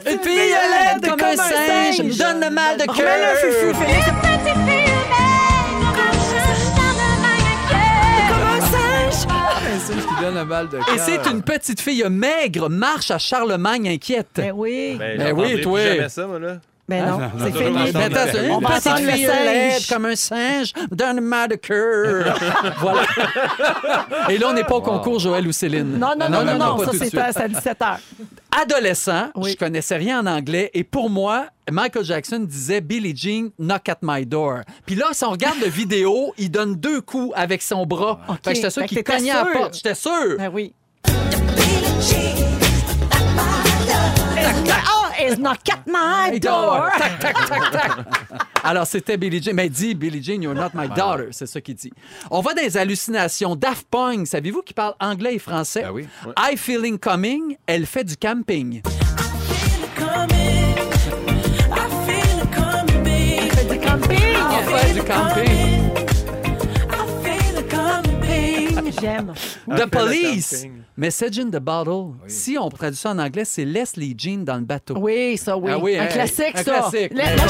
le Une fille laide comme, un singe, me donne Oh, le mal de cœur. Remets-le, Fufu, Félix. Une petite fille humaine marche dans le Comme un singe. Un singe qui donne le mal de Et Ah. cœur. c'est une petite fille maigre, marche à Charlemagne inquiète. Ben oui. Ben, Ben oui, j'entendrai plus toi. jamais ça, moi, là. Ben non, c'est toujours fini. Mais ensemble. va attends, une On petite entendre le fille singe. laide comme un singe me donne le mal de cœur. *laughs* voilà. Et là, on n'est pas au concours Joël ou Céline. Non, non, non, non, non, pas ça tout de c'est suite. à c'est à 17 h. adolescent, Oui. je connaissais rien en anglais et pour moi, Michael Jackson disait Billie Jean knock at my door. Puis là, si on regarde *laughs* la vidéo, il donne deux coups avec son bras. Fait que j'étais sûr Ah, Fait que qu'il t'étais cognait à la sûr. porte, j'étais sûr. Ben oui. Ah, it's not cat my door. Tac, tac, tac, *laughs* tac. Alors, c'était Billie Jean. Mais dis, Billie Jean, you're not my daughter. C'est ça qu'il dit. On voit des hallucinations. Daft Punk, savez-vous qui parle anglais et français? Ah oui. I feeling coming, elle fait du camping. fait du camping. J'aime. The fait le Police, camping. Message in the Bottle. Si on traduit ça en anglais, c'est Leslie Jean dans le bateau. Oui, ça, oui. Ah oui, un hey, classique, un ça. classique. Ah. Laisse- Mais moi,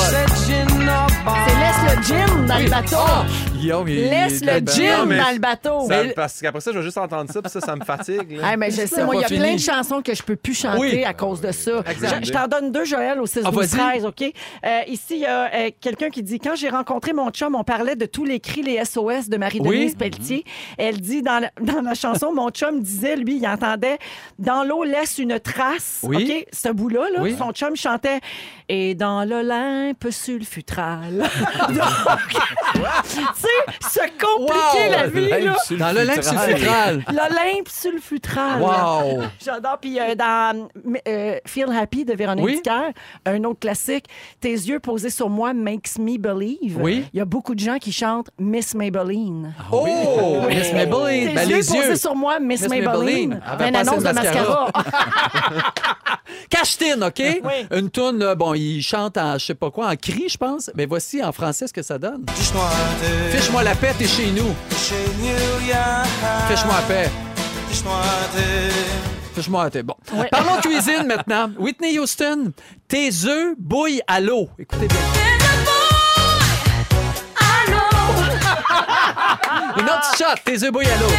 bon. je- C'est laisse le gym dans le bateau. Ah, Guillaume, il- Laisse il est le dedans. gym Non, mais- dans le Oh, bateau. Ça- Parce qu'après ça, je vais juste entendre ça, puis ça, ça me fatigue. là. Ah, mais je sais, pas moi, il y a fini. plein de chansons que je peux plus chanter Oui. à cause de ça. Exact. Je, je t'en donne deux, Joël, au 6 12 Ah, 13 OK? Euh, ici, il y a euh, quelqu'un qui dit Quand j'ai rencontré mon chum, on parlait de tous les cris, les SOS de Marie-Denise Oui. Pelletier. Elle dit dans la, dans la chanson, mon chum disait, lui, il entendait Dans l'eau laisse une trace. Oui. OK? Ce bout-là, là, Oui. son chum chantait Et dans l'Olympe sulfutral. *laughs* tu sais, se compliquer Wow! la vie, là. Dans le lac subfutral. L'Olympe sulfutral. Wow! *laughs* J'adore. Puis euh, dans euh, Feel Happy de Véronique Oui. Dicker, un autre classique, Tes yeux posés sur moi makes me believe. Oui. Il y a beaucoup de gens qui chantent Miss Maybelline. Oh! Miss Maybelline. Tes Ben, yeux les posés yeux. sur moi, Miss, Miss Maybelline. Maybelline. Avant Ben, Une de passer annonce de le mascara. mascara. *laughs* Ah, Cash-tin, OK? Une toune, là, bon, il chante en, je sais pas quoi, en cri, je pense. Mais voici en français ce que ça donne. Ah. Fiche-moi la paix, t'es chez nous. Fiche-moi la paix. Je m'en hâtais. Bon. Parlons cuisine maintenant. Whitney Houston, tes œufs bouillent à l'eau. Écoutez bien. Une Ah. autre shot, tes œufs bouillent à l'eau.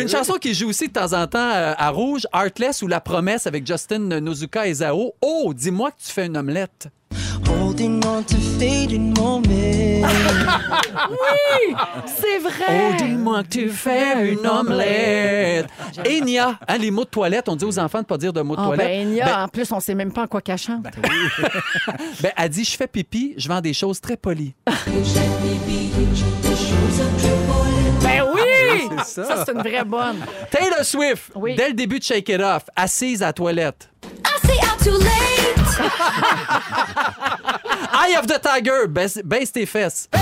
Une chanson qui joue aussi de temps en temps euh, à Rouge, Heartless ou La Promesse avec Justin Nozuka et Zao. Oh, dis-moi que tu fais une omelette. Holding on to fading moments. C'est Oh, vrai! dis-moi que tu fais une omelette. Et Nia, hein, les mots de toilette, on dit aux enfants de pas dire de mots de Ah, toilette. ben, il y a, en plus, on sait même pas en quoi qu'elle chante. Ben, elle dit, je fais pipi, je vends des choses très polies. Ben Ah, oui! c'est ça. Ça, c'est une vraie bonne. Taylor Swift, Oui. dès le début de Shake It Off, assise à la toilette. Eye of the Tiger, baisse, baisse tes fesses. ben,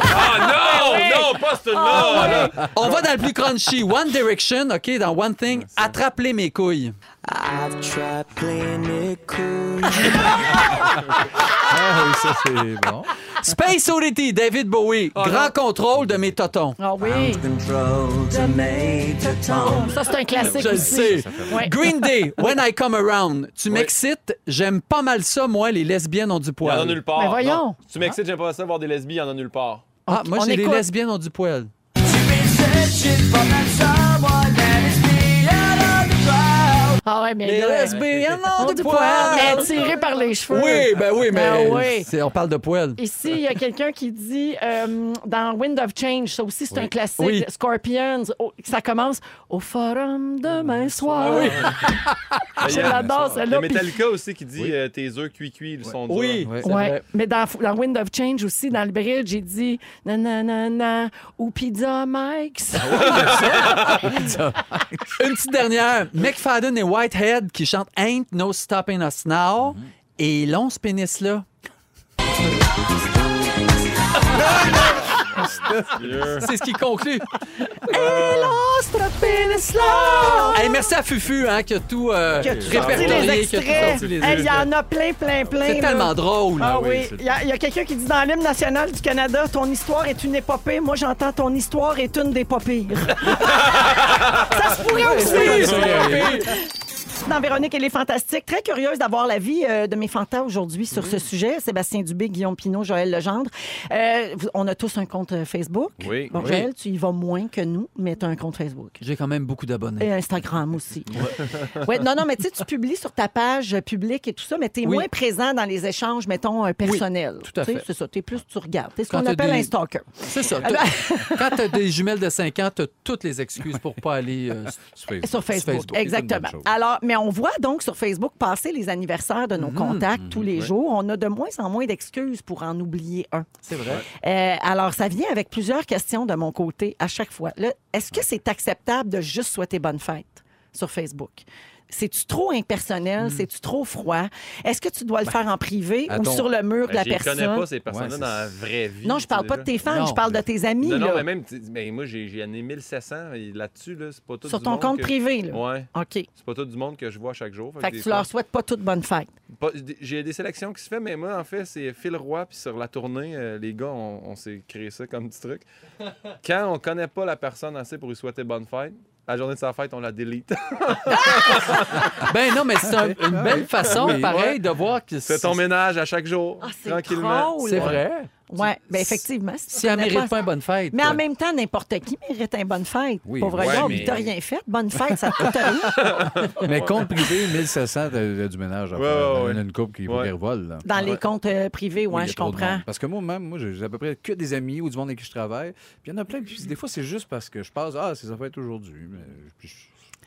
Ah non! Non, pas ce nom! On va dans le plus crunchy, One Direction, OK, dans One Thing, attrape-les mes couilles. I've tried playing it cool. Ah oui, ça, c'est bon. Space Oddity, David Bowie, grand contrôle de mes totons. Ah oui! Control tomato tone. Ça, c'est un classique Ah, Je le aussi. sais. Ouais. Green Day, When I Come Around. Tu m'excites, j'aime pas mal ça, moi, les lesbiennes ont du Il y en a poil. nulle part. Mais voyons. Non. Tu m'excites, j'aime pas ça voir des lesbies, il y en a nulle part. Ah, moi, On j'ai les écoute. lesbiennes ont du poil. Ah ouais, mais Les là, euh, lesbiennes on ont dit du pas, mais poil. tiré par les cheveux. Oui, ben oui, mais Ben oui. c'est- on parle de poil. Ici, il y a quelqu'un qui dit euh, dans Wind of Change, ça aussi c'est un classique, Oui. Scorpions, oh, ça commence au forum Ah demain soir. Mais il y J'adore a- Il y a Ah, celle-là. puis- Metallica aussi qui dit euh, tes œufs cuits-cuits, ils sont durs. Oui, Ouais. c'est Ouais. vrai. Mais dans, dans Wind of Change aussi, dans le bridge, j'ai dit nanana na, ou Pizza Mike's. Ah Une petite dernière. McFadden et Whitehead qui chantent Ain't No Stopping Us Now. Et ils l'ont, ce pénis-là. Dieu. C'est ce qui conclut. Et l'ont, ce pénis-là. Hey, merci à Fufu hein, qui a tout euh, Qui a tout sorti les répertorié. qui a tout extraits. sorti les Hey, Il y extraits. en a plein, plein, plein. C'est là. tellement drôle. Ah oui, oui, c'est- il y a, il y a quelqu'un qui dit dans l'hymne national du Canada, ton histoire est une épopée. Moi, j'entends ton histoire est une des pas pires. ça se pourrait aussi. c'est vrai. Dans Véronique, elle est fantastique. Très curieuse d'avoir l'avis euh, de mes fantas aujourd'hui sur ce sujet. Sébastien Dubé, Guillaume Pinot, Joël Legendre. Euh, vous- on a tous un compte euh, Facebook. Oui. Bon, Oui. Joël, tu y vas moins que nous, mais tu as un compte Facebook. J'ai quand même beaucoup d'abonnés. Et Instagram aussi. Ouais, non, non, mais tu sais, tu publies sur ta page euh, publique et tout ça, mais tu es Oui. moins présent dans les échanges, mettons, euh, personnels. tout à Tu sais, fait. C'est ça, tu es plus, tu regardes. C'est ce Quand qu'on t'as appelle des- un stalker. C'est ça. Ah t'as- ben. *laughs* Quand t'as des jumelles de 5 ans, t'as toutes les excuses pour pas *laughs* aller. euh, Sur Facebook, Facebook. C'est une exactement. bonne chose. Alors, mais on voit donc sur Facebook passer les anniversaires de Mmh. nos contacts tous les jours. On a de moins en moins d'excuses pour en oublier un. c'est vrai. Euh, alors, ça vient avec plusieurs questions de mon côté à chaque fois. Là, Est-ce que c'est acceptable de juste souhaiter bonne fête sur Facebook? C'est-tu trop impersonnel? Hmm. C'est-tu trop froid? Est-ce que tu dois le faire en privé à ou ton- sur le mur de Ben, la je les personne? connais pas ces personnes-là Ouais, c'est- dans la vraie vie. Non, je parle pas de tes fans, Non. je parle de tes amis. Non, non, là. mais même, tu- ben, moi, j'ai j'ai amené 1700 et là-dessus, là, c'est pas tout sur du ton monde compte que- privé. Là. Ouais. OK. C'est pas tout du monde que je vois chaque jour. Fait des que tu leur fois, souhaites pas toute bonne fête. pas- des- J'ai des sélections qui se fait, mais moi, en fait, c'est Phil Roy, puis sur la tournée, euh, les gars, on, on s'est créé ça comme petit *laughs* truc. Quand on connaît pas la personne assez pour lui souhaiter bonne fête, la journée de sa fête, on la délite. Ah, *laughs* Ben non, mais *laughs* c'est un- une belle façon, Oui. pareil, de voir que Fais ton ménage à chaque jour, Ah, c'est tranquillement. drôle. C'est vrai. Oui, bien effectivement. tu Si elle connais mérite pas- pas une bonne fête. Mais en même temps, n'importe qui mérite une bonne fête. Oui, Pauvre ouais, gars, mais- t'as rien fait. Bonne fête, ça te coûte rien. Mais compte privé, 1700 t'as- t'as du ménage. à Ouais, faire. ouais, Il y en a ouais. une coupe qui Ouais. qui revole. là. Dans les comptes euh, privés, ouais, Oui, il y a je trop de comprends. monde. Parce que moi-même, moi, j'ai à peu près que des amis ou du monde avec qui je travaille. Puis il y en a plein. Puis des fois, c'est juste parce que je passe, ah, c'est ça va être aujourd'hui. mais je- je- je-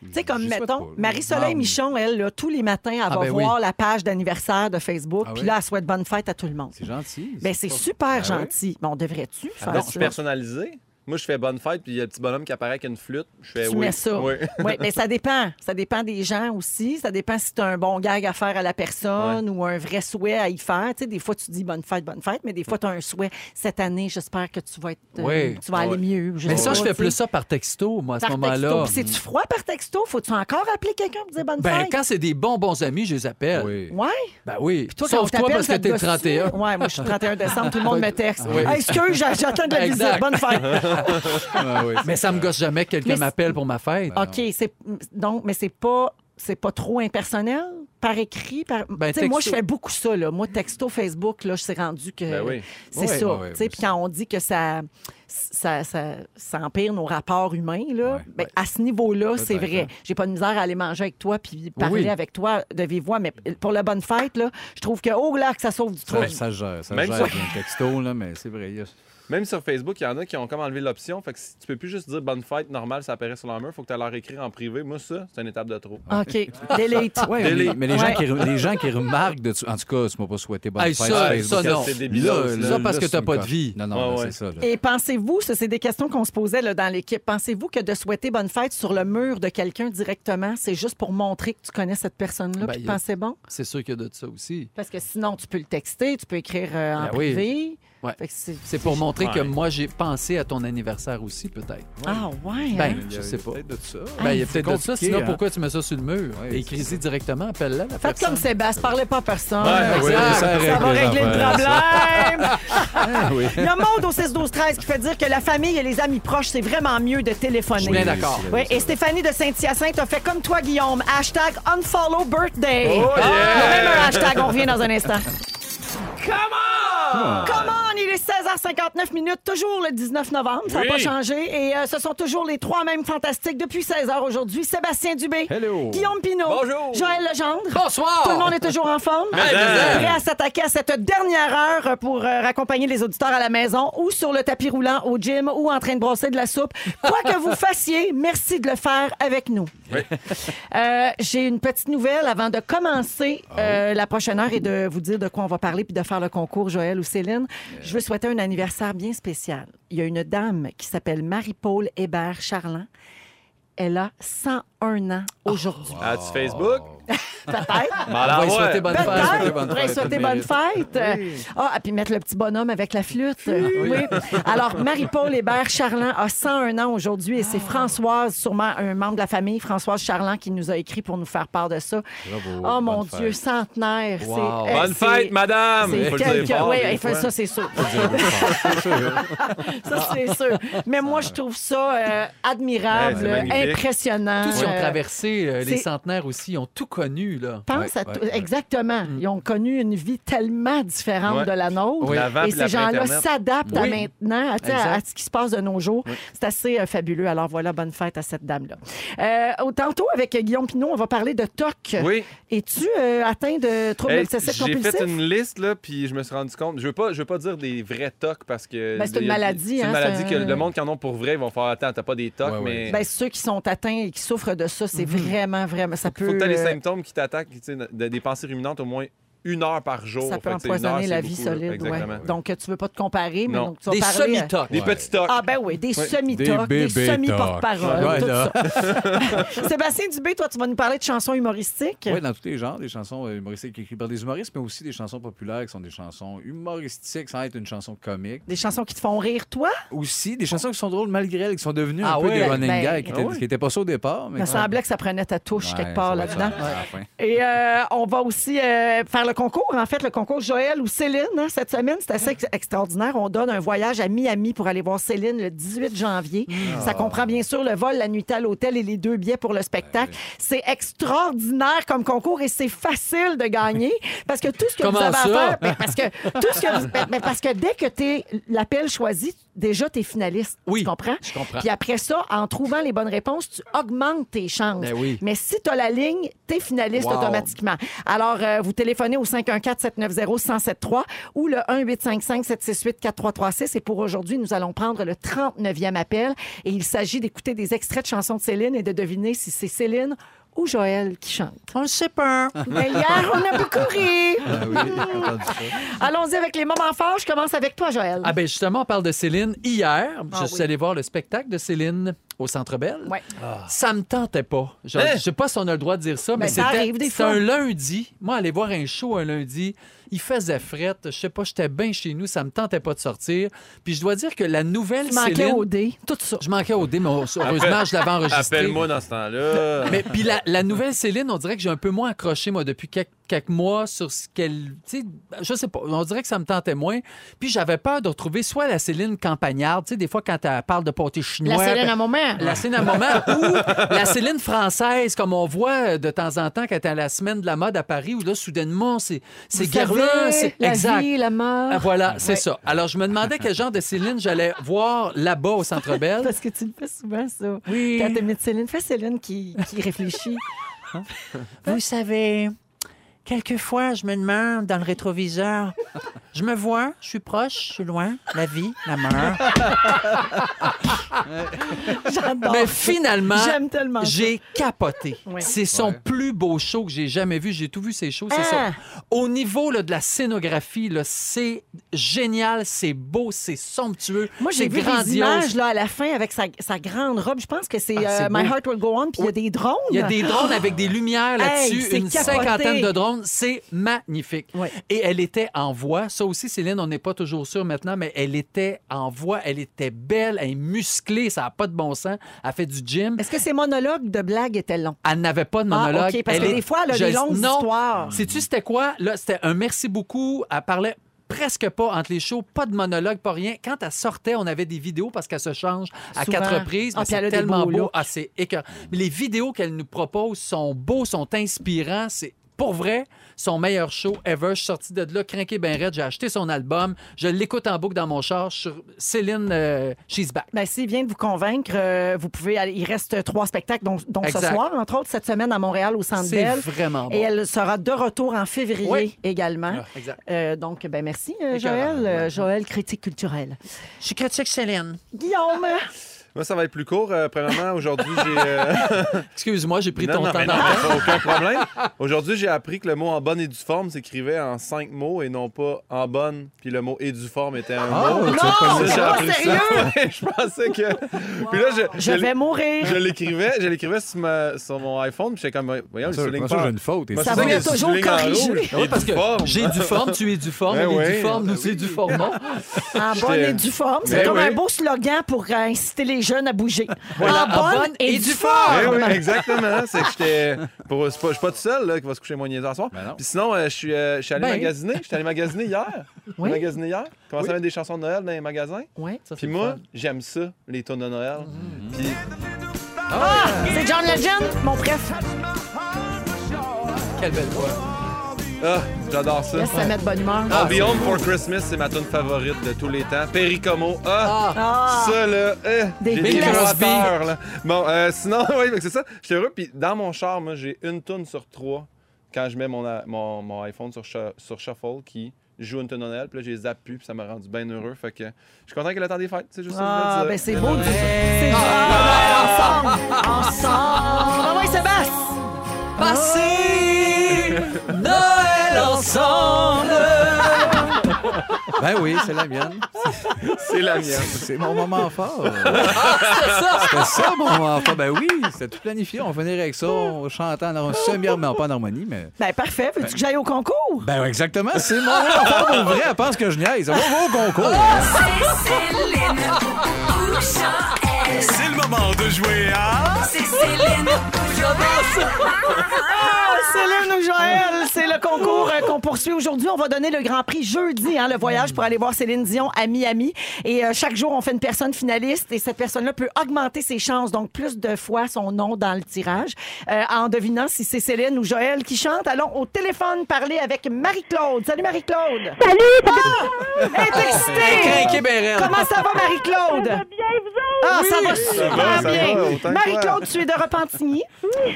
Tu sais, comme, j'y souhaite mettons, pas. Marie-Soleil Ah, Michon, elle, là, tous les matins, elle Ah, va ben oui. voir la page d'anniversaire de Facebook, Ah puis oui? là, elle souhaite bonne fête à tout le monde. C'est gentil. Ben, c'est pas- super Ah ouais? gentil. Mais on devrait-tu faire Ah, Non, je ça? suis personnalisé. Moi, je fais bonne fête, puis il y a le petit bonhomme qui apparaît avec une flûte. Je fais Tu oui. mets ça. *laughs* Oui. Oui, mais ça dépend. Ça dépend des gens aussi. Ça dépend si tu as un bon gag à faire à la personne ou un vrai souhait à y faire. Tu sais, des fois, tu dis bonne fête, bonne fête, mais des fois, tu as un souhait. Cette année, j'espère que tu vas, être, euh, Oui. tu vas aller Ouais. mieux. euh, Mais sais ça, je pas, fais tu plus sais. ça par texto, moi, à ce Par moment-là. texto. Puis c'est-tu froid par texto? Faut-tu encore appeler quelqu'un pour dire bonne Ben, fête? quand c'est des bons bons amis, je les appelle. Oui. Ouais. Ben oui. Puis toi, quand on Sauf toi t'appelle, parce que ça te t'es le gosse-tu? 31. *laughs* Ouais, moi, je suis 31 décembre, tout le monde me texte. Oui. Hey, excuse, j'a- j'attends de la visite. Exact. *laughs* Bonne fête. Ah oui, c'est Mais ça me gosse jamais que quelqu'un Mais c'est- Ah, m'appelle pour ma fête. OK, c'est donc mais c'est pas c'est pas trop impersonnel par écrit par Ben, Tu sais, moi je texto. fais beaucoup ça là moi texto Facebook là je suis rendu que Ben oui. c'est Ouais, ça ouais, ouais, tu sais puis quand on dit que ça ça, ça ça empire nos rapports humains là Ouais, ben, à ce niveau-là c'est Peut-être, vrai hein. j'ai pas de misère à aller manger avec toi puis parler ben, Oui. avec toi de vive voix mais pour la bonne fête là je trouve que oh là que ça sauve du Ça, Ben, trouble ça gère, ça Même gère ça- avec un texto, là, mais c'est vrai. il *laughs* y a- Même sur Facebook, il y en a qui ont comme enlevé l'option. Fait que si tu peux plus juste dire bonne fête, normal, ça apparaît sur leur mur. Faut que tu leur écrire en privé. Moi, ça, c'est une étape de trop. Ah. OK delete Ouais, mais, Délé. les- mais les, gens Ouais. qui, re- les gens qui remarquent, de, en tout cas, tu m'as pas souhaité bonne Hey, fête. ça, Facebook. ça, non. C'est débile. Là, ça, là, ça, parce là, que c'est t'as une pas de cote. vie. Non, non, Ouais, là, ouais. c'est ça. là. Et pensez-vous, ça, c'est des questions qu'on se posait là, dans l'équipe, pensez-vous que de souhaiter bonne fête sur le mur de quelqu'un directement, c'est juste pour montrer que tu connais cette personne-là, Ben, puis il y a- pensez bon? C'est sûr qu'il y a de ça aussi. Parce que sinon, tu peux le texter, tu peux écrire euh, en Ben oui. privé. Ouais. Fait que c'est- C'est pour montrer que Ouais. moi, j'ai pensé à ton anniversaire aussi, peut-être. Ah ouais, hein? Ben, Il y a- je sais pas. peut-être de ça. Ben, il y a Ah, C'est peut-être de ça. compliqué, Sinon, hein. pourquoi tu mets ça sur le mur? Ouais, Écris-y directement, appelle-la, la Faites comme personne. Sébastien, parlez pas à personne. Ouais, oui, Exact. Ah, ça règle ça va les régler le problème. oui. Il y a Maud au 6 12 13 qui fait dire que la famille et les amis proches, c'est vraiment mieux de téléphoner. Je suis bien d'accord. Oui, et Stéphanie de Saint-Hyacinthe a fait comme toi, Guillaume. Hashtag unfollow birthday. Oh, yeah! Il y a même un hashtag, on revient dans un instant. Come on! Come on! Il est 16h59 minutes, toujours le 19 novembre, ça n'a Oui. pas changé. Et euh, ce sont toujours les trois mêmes fantastiques depuis 16h aujourd'hui. Sébastien Dubé, Hello. Guillaume Pinault, Bonjour. Joël Legendre. Bonsoir! Tout le monde est toujours en forme. mais- Prêt à s'attaquer à cette dernière heure pour euh, raccompagner les auditeurs à la maison ou sur le tapis roulant au gym ou en train de brosser de la soupe. Quoi que vous fassiez, merci de le faire avec nous. Euh, J'ai une petite nouvelle avant de commencer euh, la prochaine heure et de vous dire de quoi on va parler puis de faire le concours, Joël ou Céline. Je veux souhaiter un anniversaire bien spécial. Il y a une dame qui s'appelle Marie-Paul Hébert-Charland. Elle a 101 ans aujourd'hui. As-tu Facebook? Ah. Peut-être. On va Malade, lui ouais. souhaiter bonne fête. Peut-être. bonne Faudrait fête. souhaiter Elle bonne mérite. fête. Ah, et puis mettre le petit bonhomme avec la flûte. Oui. Alors, Marie-Paul Hébert Charland a 101 ans aujourd'hui et c'est Françoise, sûrement un membre de la famille, Françoise Charland, qui nous a écrit pour nous faire part de ça. Bravo, Oh mon bonne Dieu, fête. centenaire. C'est- Wow. euh, Bonne c'est- fête, madame! c'est Faut le quelque- dire fort, oui, des elle fait fois. ça, c'est sûr. *laughs* ça, c'est sûr. Mais moi, je trouve ça euh, admirable, Ouais, c'est magnifique. impressionnant. Tous, ils ont Euh, traversé euh, les c'est- centenaires aussi. Ils ont tout connu, là. Pense à Ouais, tout- ouais, ouais. Exactement. Ils ont connu une vie tellement différente Mm. Ouais. de la nôtre. Oui. L'avant Et puis ces l'après gens-là Internet. s'adaptent à Oui. maintenant, à, tu sais, à- à ce qui se passe de nos jours. C'est assez euh, fabuleux. Alors voilà, bonne fête à cette dame-là. Euh, au- tantôt, avec Guillaume Pinot, on va parler de TOC. Oui. Es-tu euh, atteint de troubles Hey, obsessifs J'ai compulsifs? fait une liste, là, puis je me suis rendu compte. Je veux pas, je veux pas dire des vrais tocs parce que. Ben, c'est une il y a- maladie, C'est hein, une maladie c'est que un- le monde qui en ont pour vrai, ils vont faire Attends, t'as pas des tocs, Ouais, ouais. mais. Ben, ceux qui sont atteints et qui souffrent de ça, c'est vraiment, vraiment. Ça peut. Mm-hmm. faut que tu les euh, symptômes qui t'attaquent, tu sais, de- des pensées ruminantes au moins une heure par jour. ça Fait peut que, tu sais, une heure, empoisonner c'est la vie beaucoup, là. solide. ouais. Exactement. Donc, euh, tu veux pas te comparer, mais Non. donc, tu vas Des parler. euh, semi-tocs. Des Ouais. petits tocs. Ah ben oui, des Ouais. semi-tocs, des, bébés semi-porte-parole, tocs. tout Voilà. ça. *laughs* Sébastien Dubé, toi, tu vas nous parler de chansons humoristiques. Oui, dans tous les genres, des chansons euh, humoristiques écrites par des humoristes, mais aussi des chansons populaires qui sont des chansons humoristiques sans être une chanson comique. Des chansons qui te font rire, toi? Aussi des chansons qui sont drôles malgré elles, qui sont devenues Ah un peu ouais, des running ben, gags, qui ah n'étaient ouais. pas ça au départ. Il Mais me semblait que ça prenait ta touche Ouais, quelque part ça va être là-dedans. ça, à la fin. Et euh, on va aussi euh, faire le concours, en fait, le concours Joël ou Céline. hein, cette semaine, c'est assez ex- extraordinaire. On donne un voyage à Miami pour aller voir Céline le 18 janvier. Ah. Ça comprend bien sûr le vol, la nuit à l'hôtel et les deux billets pour le spectacle. C'est extraordinaire comme concours et c'est facile de *laughs* gagner parce que tout ce que Comment vous avez ça? à faire, ben, parce que tout ce que vous- ben, ben, parce que dès que tu es l'appel choisi, déjà tu es finaliste. Oui, tu comprends? je comprends. Puis après ça, en trouvant les bonnes réponses, tu augmentes tes chances. Ben oui. Mais si tu as la ligne, tu es finaliste Wow. automatiquement. Alors, euh, vous téléphonez au 514-790-1073 ou le 1-855-768-4336. Et pour aujourd'hui, nous allons prendre le 39e appel. Et il s'agit d'écouter des extraits de chansons de Céline et de deviner si c'est Céline ou Joël qui chante. On le sait pas. Mais hier, on a beaucoup ri. Ah oui, j'ai entendu ça. Ah ben, Allons-y avec les moments forts. Je commence avec toi, Joël. Ah ben justement, on parle de Céline. Hier, Ah je oui. suis allé voir le spectacle de Céline au Centre Bell. Ouais. ah, Ça me tentait pas. Je, Hein? je sais pas si on a le droit de dire ça, mais Ben, ça c'était- arrive des c'était fois. un lundi. Moi, aller voir un show un lundi, il faisait fret. Je sais pas, j'étais bien chez nous, ça me tentait pas de sortir. Puis je dois dire que la nouvelle Tu manquais Céline- au dé, tout ça. Je manquais au dé, mais heureusement, je l'avais enregistré. Appelle-moi dans ce temps-là. Mais puis la, la nouvelle Céline, on dirait que j'ai un peu moins accroché, moi, depuis quelques, quelques mois sur ce qu'elle. Tu sais, je sais pas. On dirait que ça me tentait moins. Puis j'avais peur de retrouver soit la Céline campagnarde, tu sais, des fois quand elle parle de pâté chinois. La Céline ben, à moment. la Céline à moment ou la Céline française, comme on voit de temps en temps quand elle est à la semaine de la mode à Paris, où là, soudainement, c'est c'est Vous garlant, savez, c'est la exact. vie, la mort. Ah, Voilà, c'est ça. Alors, je me demandais quel genre de Céline j'allais voir là-bas au Centre Bell. Parce que tu le fais souvent, ça. Oui. Quand t'es Céline, fais Céline qui, qui *laughs* réfléchit. Vous savez, quelquefois, je me demande dans le rétroviseur, je me vois, je suis proche, je suis loin, la vie, la mort. J'adore. Mais Ben, finalement, J'aime tellement ça. j'ai capoté. Oui. C'est son plus beau show que j'ai jamais vu. J'ai tout vu ses shows. c'est Ah! son- Au niveau là, de la scénographie, là, c'est génial, c'est beau, c'est somptueux, Moi, j'ai c'est vu grandiose. des images là, à la fin avec sa, sa grande robe. Je pense que c'est Ah, c'est euh, My beau. Heart Will Go On, puis il y a des drones. Il y a des drones avec des lumières là-dessus, Hey, c'est une capoté. cinquantaine de drones. C'est magnifique. Ouais. Et elle était en voix. Ça aussi, Céline, on n'est pas toujours sûr maintenant, mais elle était en voix. Elle était belle, elle est musclée, ça n'a pas de bon sens. Elle fait du gym. Est-ce que ces monologues de blagues étaient longs? Elle n'avait pas de Ah, monologue. OK, parce Elle que est- des fois, elle a Je- des longues non. histoires. Mm. Sais-tu, c'était quoi? Là, c'était un merci beaucoup. Elle parlait presque pas entre les shows, pas de monologue, pas rien. Quand elle sortait, on avait des vidéos parce qu'elle se change à Souvent. quatre reprises. Ah, mais puis elle c'est a des tellement beaux beau. looks. Ah, c'est écœurant. Mais Les vidéos qu'elle nous propose sont beaux, sont inspirants. C'est pour vrai son meilleur show ever. Je suis sorti de là, craqué ben raide. J'ai acheté son album. Je l'écoute en boucle dans mon char sur Céline euh, She's Back. Ben, s'il vient de vous convaincre, euh, vous pouvez aller- Il reste trois spectacles, dont, dont ce Exact. soir, entre autres, cette semaine à Montréal au Centre C'est Bell. vraiment Et Ah bon. elle sera de retour en février Oui. également. Exact. Euh, donc, ben merci, euh, Écœurant, Joël. Euh, Joël, critique culturelle. Je suis critique Céline. Guillaume! Moi, ça va être plus court. Euh, premièrement, aujourd'hui, *laughs* j'ai. euh, Excuse-moi, j'ai pris non, ton non, temps mais non, d'antenne. mais aucun problème. Aujourd'hui, j'ai appris que le mot en bonne et due forme s'écrivait en cinq mots et non pas en bonne. Puis le mot et due forme était un Ah, Oh, mot. tu as pas Ça, le- j'ai pas appris ça. *laughs* Ouais, je pensais que. Puis là, je, Je je vais mourir! je l'écrivais, je l'écrivais sur, ma- sur mon iPhone, puis j'étais comme, voyons, je Ça, souligne François, pas. j'ai une faute. et Moi, Ça c'est va que être je toujours souligne en corrigé. rouge. Oui, Et Ah parce du que forme. j'ai du forme, tu es du forme, Ben il est oui. du forme, Ben nous c'est oui. du formant. *laughs* En bonne J'étais- et due forme. C'est Ben comme oui. un beau slogan pour euh, inciter les jeunes à bouger. Voilà, en, bonne et, due forme. Eh *laughs* oui, exactement. C'est que j'étais. pour- c'est pas- Je suis pas tout seul là, qui va se coucher moins niaiseux ce soir. Ben non. Puis sinon, euh, je suis euh, je suis allé Ben. magasiner. Je suis allé magasiner hier. Oui. Magasiner hier. Commencé à mettre des chansons de Noël dans les magasins. Ouais. Puis moi, j'aime ça, les tonnes de Noël. Puis C'est John Legend, mon préf. quelle belle voix. ah, j'adore ça. Laisse ça mettre bonne humeur. I'll be home for Christmas, c'est ma tune favorite de tous les temps. Perry Como. Ah, Ah. ça là, eh, Des j'ai des classiques. gros peurs, là. Bon, euh, sinon, *laughs* oui, fait que c'est ça. J'étais heureux. Puis dans mon char, moi, j'ai une tune sur trois quand je mets mon, a- mon, mon iPhone sur, shu- sur Shuffle qui joue une tune en elle. Puis là, j'ai zappé, puis ça m'a rendu bien heureux. Fait que je suis content qu'elle attend des fêtes. C'est juste ça que je voulais Ah, dire. Euh, ben c'est beau. de- C'est ah, ensemble. Ensemble. Envoie Sébastien. Passer Noël ensemble! Ben oui, c'est la mienne. C'est la mienne. C'est mon *laughs* moment fort. C'était ça, mon moment fort. Ben oui, c'était tout planifié. On venait avec ça, on chantait en harmonie. Semi-harmonie, pas en harmonie, mais. Ben parfait. Veux-tu que j'aille au concours? Ben exactement, *laughs* c'est mon moment fort pour vrai. Elle pense que je niaise. On va au concours. Ah C'est le moment de jouer à... Ah, Céline ou Joël, c'est le concours euh, qu'on poursuit aujourd'hui. On va donner le Grand Prix jeudi, hein, le voyage pour aller voir Céline Dion à Miami. Et euh, chaque jour, on fait une personne finaliste et cette personne-là peut augmenter ses chances, donc plus de fois son nom dans le tirage, euh, en devinant si c'est Céline ou Joël qui chante. Allons au téléphone parler avec Marie-Claude. Salut Marie-Claude! Salut, ça Elle est excitée! Craqué ben raide. Comment ça va Marie-Claude? va bien, vous autres? Ah, ça va va, super ça va, autant que bien. toi. Marie-Claude, tu es de Repentigny.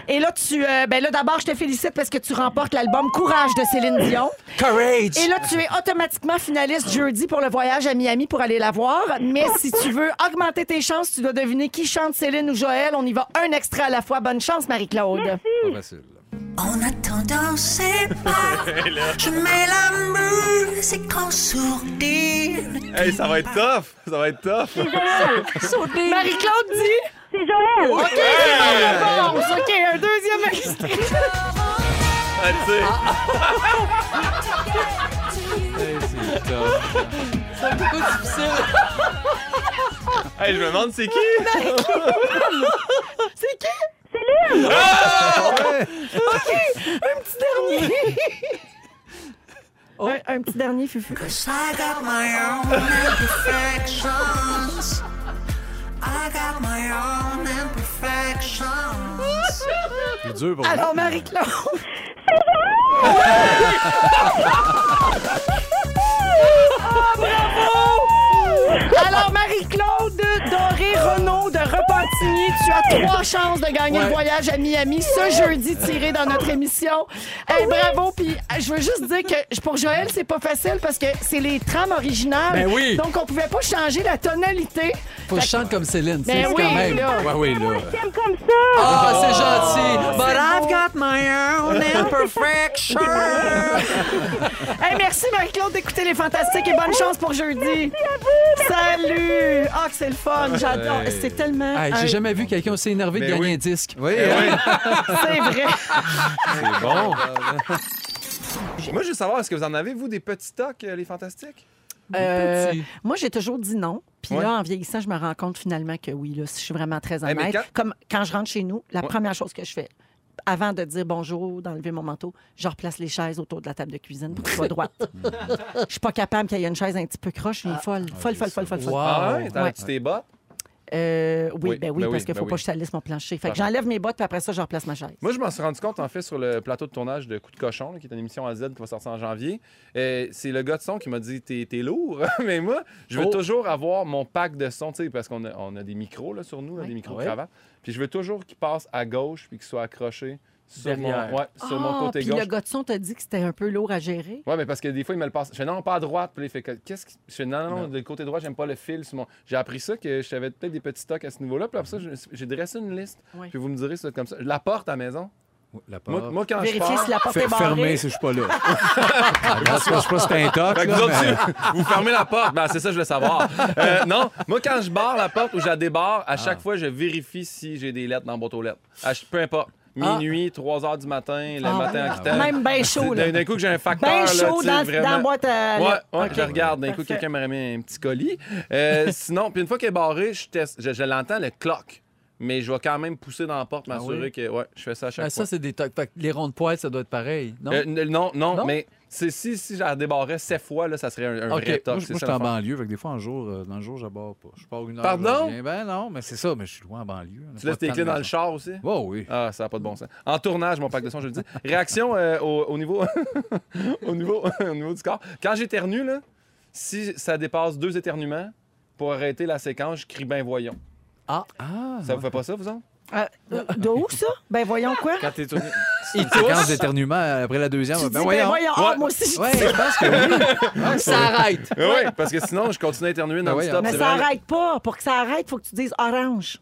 Et là, tu, euh, ben là, d'abord, je te félicite parce que tu remportes l'album Courage de Céline Dion. Courage! Et là, tu es automatiquement finaliste jeudi pour le voyage à Miami pour aller la voir. Mais si tu veux augmenter tes chances, tu dois deviner qui chante Céline ou Joël. On y va un extrait à la fois. Bonne chance, Marie-Claude. Pas facile. En attendant, c'est pas. Je mets la musique en sourdine. Hey, ça va être tough! Ça va être tough! Marie-Claude dit. C'est Joël! OK, c'est la réponse. OK, un deuxième extrait. Ah, tu sais, Ah, C'est beaucoup difficile. hey, je me demande c'est qui? C'est qui? Ah! Ouais. Un petit dernier. Un, un petit dernier, Fufu. Cause I got my own imperfections. I got my own imperfections. C'est dur pour Alors, Oh, Marie-Claude. Ah, bravo! Alors, Marie-Claude Doré Renaud de Repentigny, tu as trois chances de gagner le voyage à Miami ce jeudi tiré dans notre émission. Hey, bravo! Puis, eh, je veux juste dire que pour Joël, c'est pas facile parce que c'est les trames originales. Ben oui. Donc, on pouvait pas changer la tonalité. Faut que je chante comme Céline, tu sais, Ben c'est oui, quand même. là. Ouais, oui, là. J'aime comme ça! Ah, c'est gentil. But I've got Hey, merci Marie-Claude d'écouter les fantastiques et bonne chance pour jeudi. Salut. Ah, que c'est le fun. J'adore. C'est tellement. Hey, un- J'ai jamais vu quelqu'un aussi énervé de Ben gagner oui. un disque. Eh Oui, C'est vrai. C'est bon! Moi, je veux savoir, est-ce que vous en avez, vous, des petits tocs, euh, les fantastiques? Euh, Petit. *laughs* moi, j'ai toujours dit non. Puis Ouais. là, en vieillissant, je me rends compte finalement que oui, là, si je suis vraiment très Hey, honnête. mais quand- Comme quand je rentre chez nous, la Ouais. première chose que je fais, avant de dire bonjour, d'enlever mon manteau, je replace les chaises autour de la table de cuisine pour *laughs* qu'elles soient droites. Je suis pas capable qu'il y ait une chaise un petit peu croche, je suis une folle. Folle, folle, folle, folle, folle. Wow. Ah ouais? Ouais. T'as tes bottes? Euh, oui, Oui, ben oui, ben oui, parce qu'il ben faut oui. pas que je salisse mon plancher. Fait que Pardon. j'enlève mes bottes, puis après ça, je replace ma chaise. Moi, je m'en suis rendu compte, en fait, sur le plateau de tournage de Coup de cochon, là, qui est une émission à Z qui va sortir en janvier. Euh, c'est le gars de son qui m'a dit T'es t'es lourd. *laughs* Mais moi, je veux Oh. toujours avoir mon pack de son, tu sais, parce qu'on a, on a des micros là, sur nous, là, Ouais. des micros Ouais. cravates. Puis je veux toujours qu'il passe à gauche puis qu'il soit accroché sur, mon, Derrière. ouais, sur Ah, mon côté puis gauche. le gars de son t'a dit que c'était un peu lourd à gérer. Ouais, mais parce que des fois, il me le passe. Je fais non, pas à droite. Puis là, il fait que- qu'est-ce que. Je fais non, non, non, du côté droit, j'aime pas le fil. sur mon- J'ai appris ça que j'avais peut-être des petits stocks à ce niveau-là. Puis après ça, je- j'ai dressé une liste. Ouais. Puis vous me direz, c'est comme ça. La porte à la maison. La porte. Ah. Moi, moi, quand Ah, je Vérifier pars- si la porte est Fer- barrée. fermé si je suis *laughs* pas là. Parce que je sais pas si c'est un toc. Fait que là, vous, autres, mais- tu- vous fermez la porte. Ben, c'est ça, je voulais savoir. Euh, non, moi, quand je barre la porte ou je la débarre, à chaque fois, je vérifie si j'ai des lettres dans la boîte aux lettres. À ch- peu importe. Minuit, 3 h du matin, le Ah. matin en quittant. Même bien chaud, là. D'un d'un coup que j'ai un facteur. Bien là, chaud tu sais, dans, vraiment. dans la boîte euh, à Ouais, lettres. ouais, OK. je regarde. D'un coup, Parfait. quelqu'un me remet un petit colis. Euh, *laughs* sinon, puis une fois qu'elle est barrée, je teste. Je, je l'entends, le clock. Mais je vais quand même pousser dans la porte, m'assurer oui? que. Ouais, je fais ça à chaque Ah, ça, fois. c'est des tocs. Fait que les ronds de poils, ça doit être pareil. Non? Euh, n- non, non, Non? mais c'est- si, si je la débarrais 7 fois, là, ça serait un, un Ok, vrai Moi, toc. je c'est moi, ça je suis en l'affaire. banlieue, fait que des fois, en jour, euh, dans le jour, j'aborde pas. Je pars une heure. Pardon? je reviens. Ben non, mais c'est ça, mais je suis loin en banlieue. On a Tu pas laisses tes tant de clés dans le maisons. char aussi? Ouais, oui. Ah, ça n'a pas de bon sens. En tournage, mon pack de *laughs* son, je le dis. Réaction euh, au, au niveau, *laughs* au, niveau, *laughs* au niveau du corps. Quand j'éternue, là, si ça dépasse deux éternuements, pour arrêter la séquence, je crie ben voyons. Ah. Ça vous fait pas *laughs* ça, vous autres? Euh, euh, de où, ça? Ben voyons quoi. Quand t'es tourné. Il séquence d'éternuement après la deuxième. Tu dis, ben voyons. Ah, Ouais. moi aussi, je dis Ouais, ça. je pense que oui. Ah, Ça arrête. Oui, parce que sinon, je continue à éternuer Ben non-stop. voyons. Mais c'est ça vrai. arrête pas. Pour que ça arrête, il faut que tu dises orange.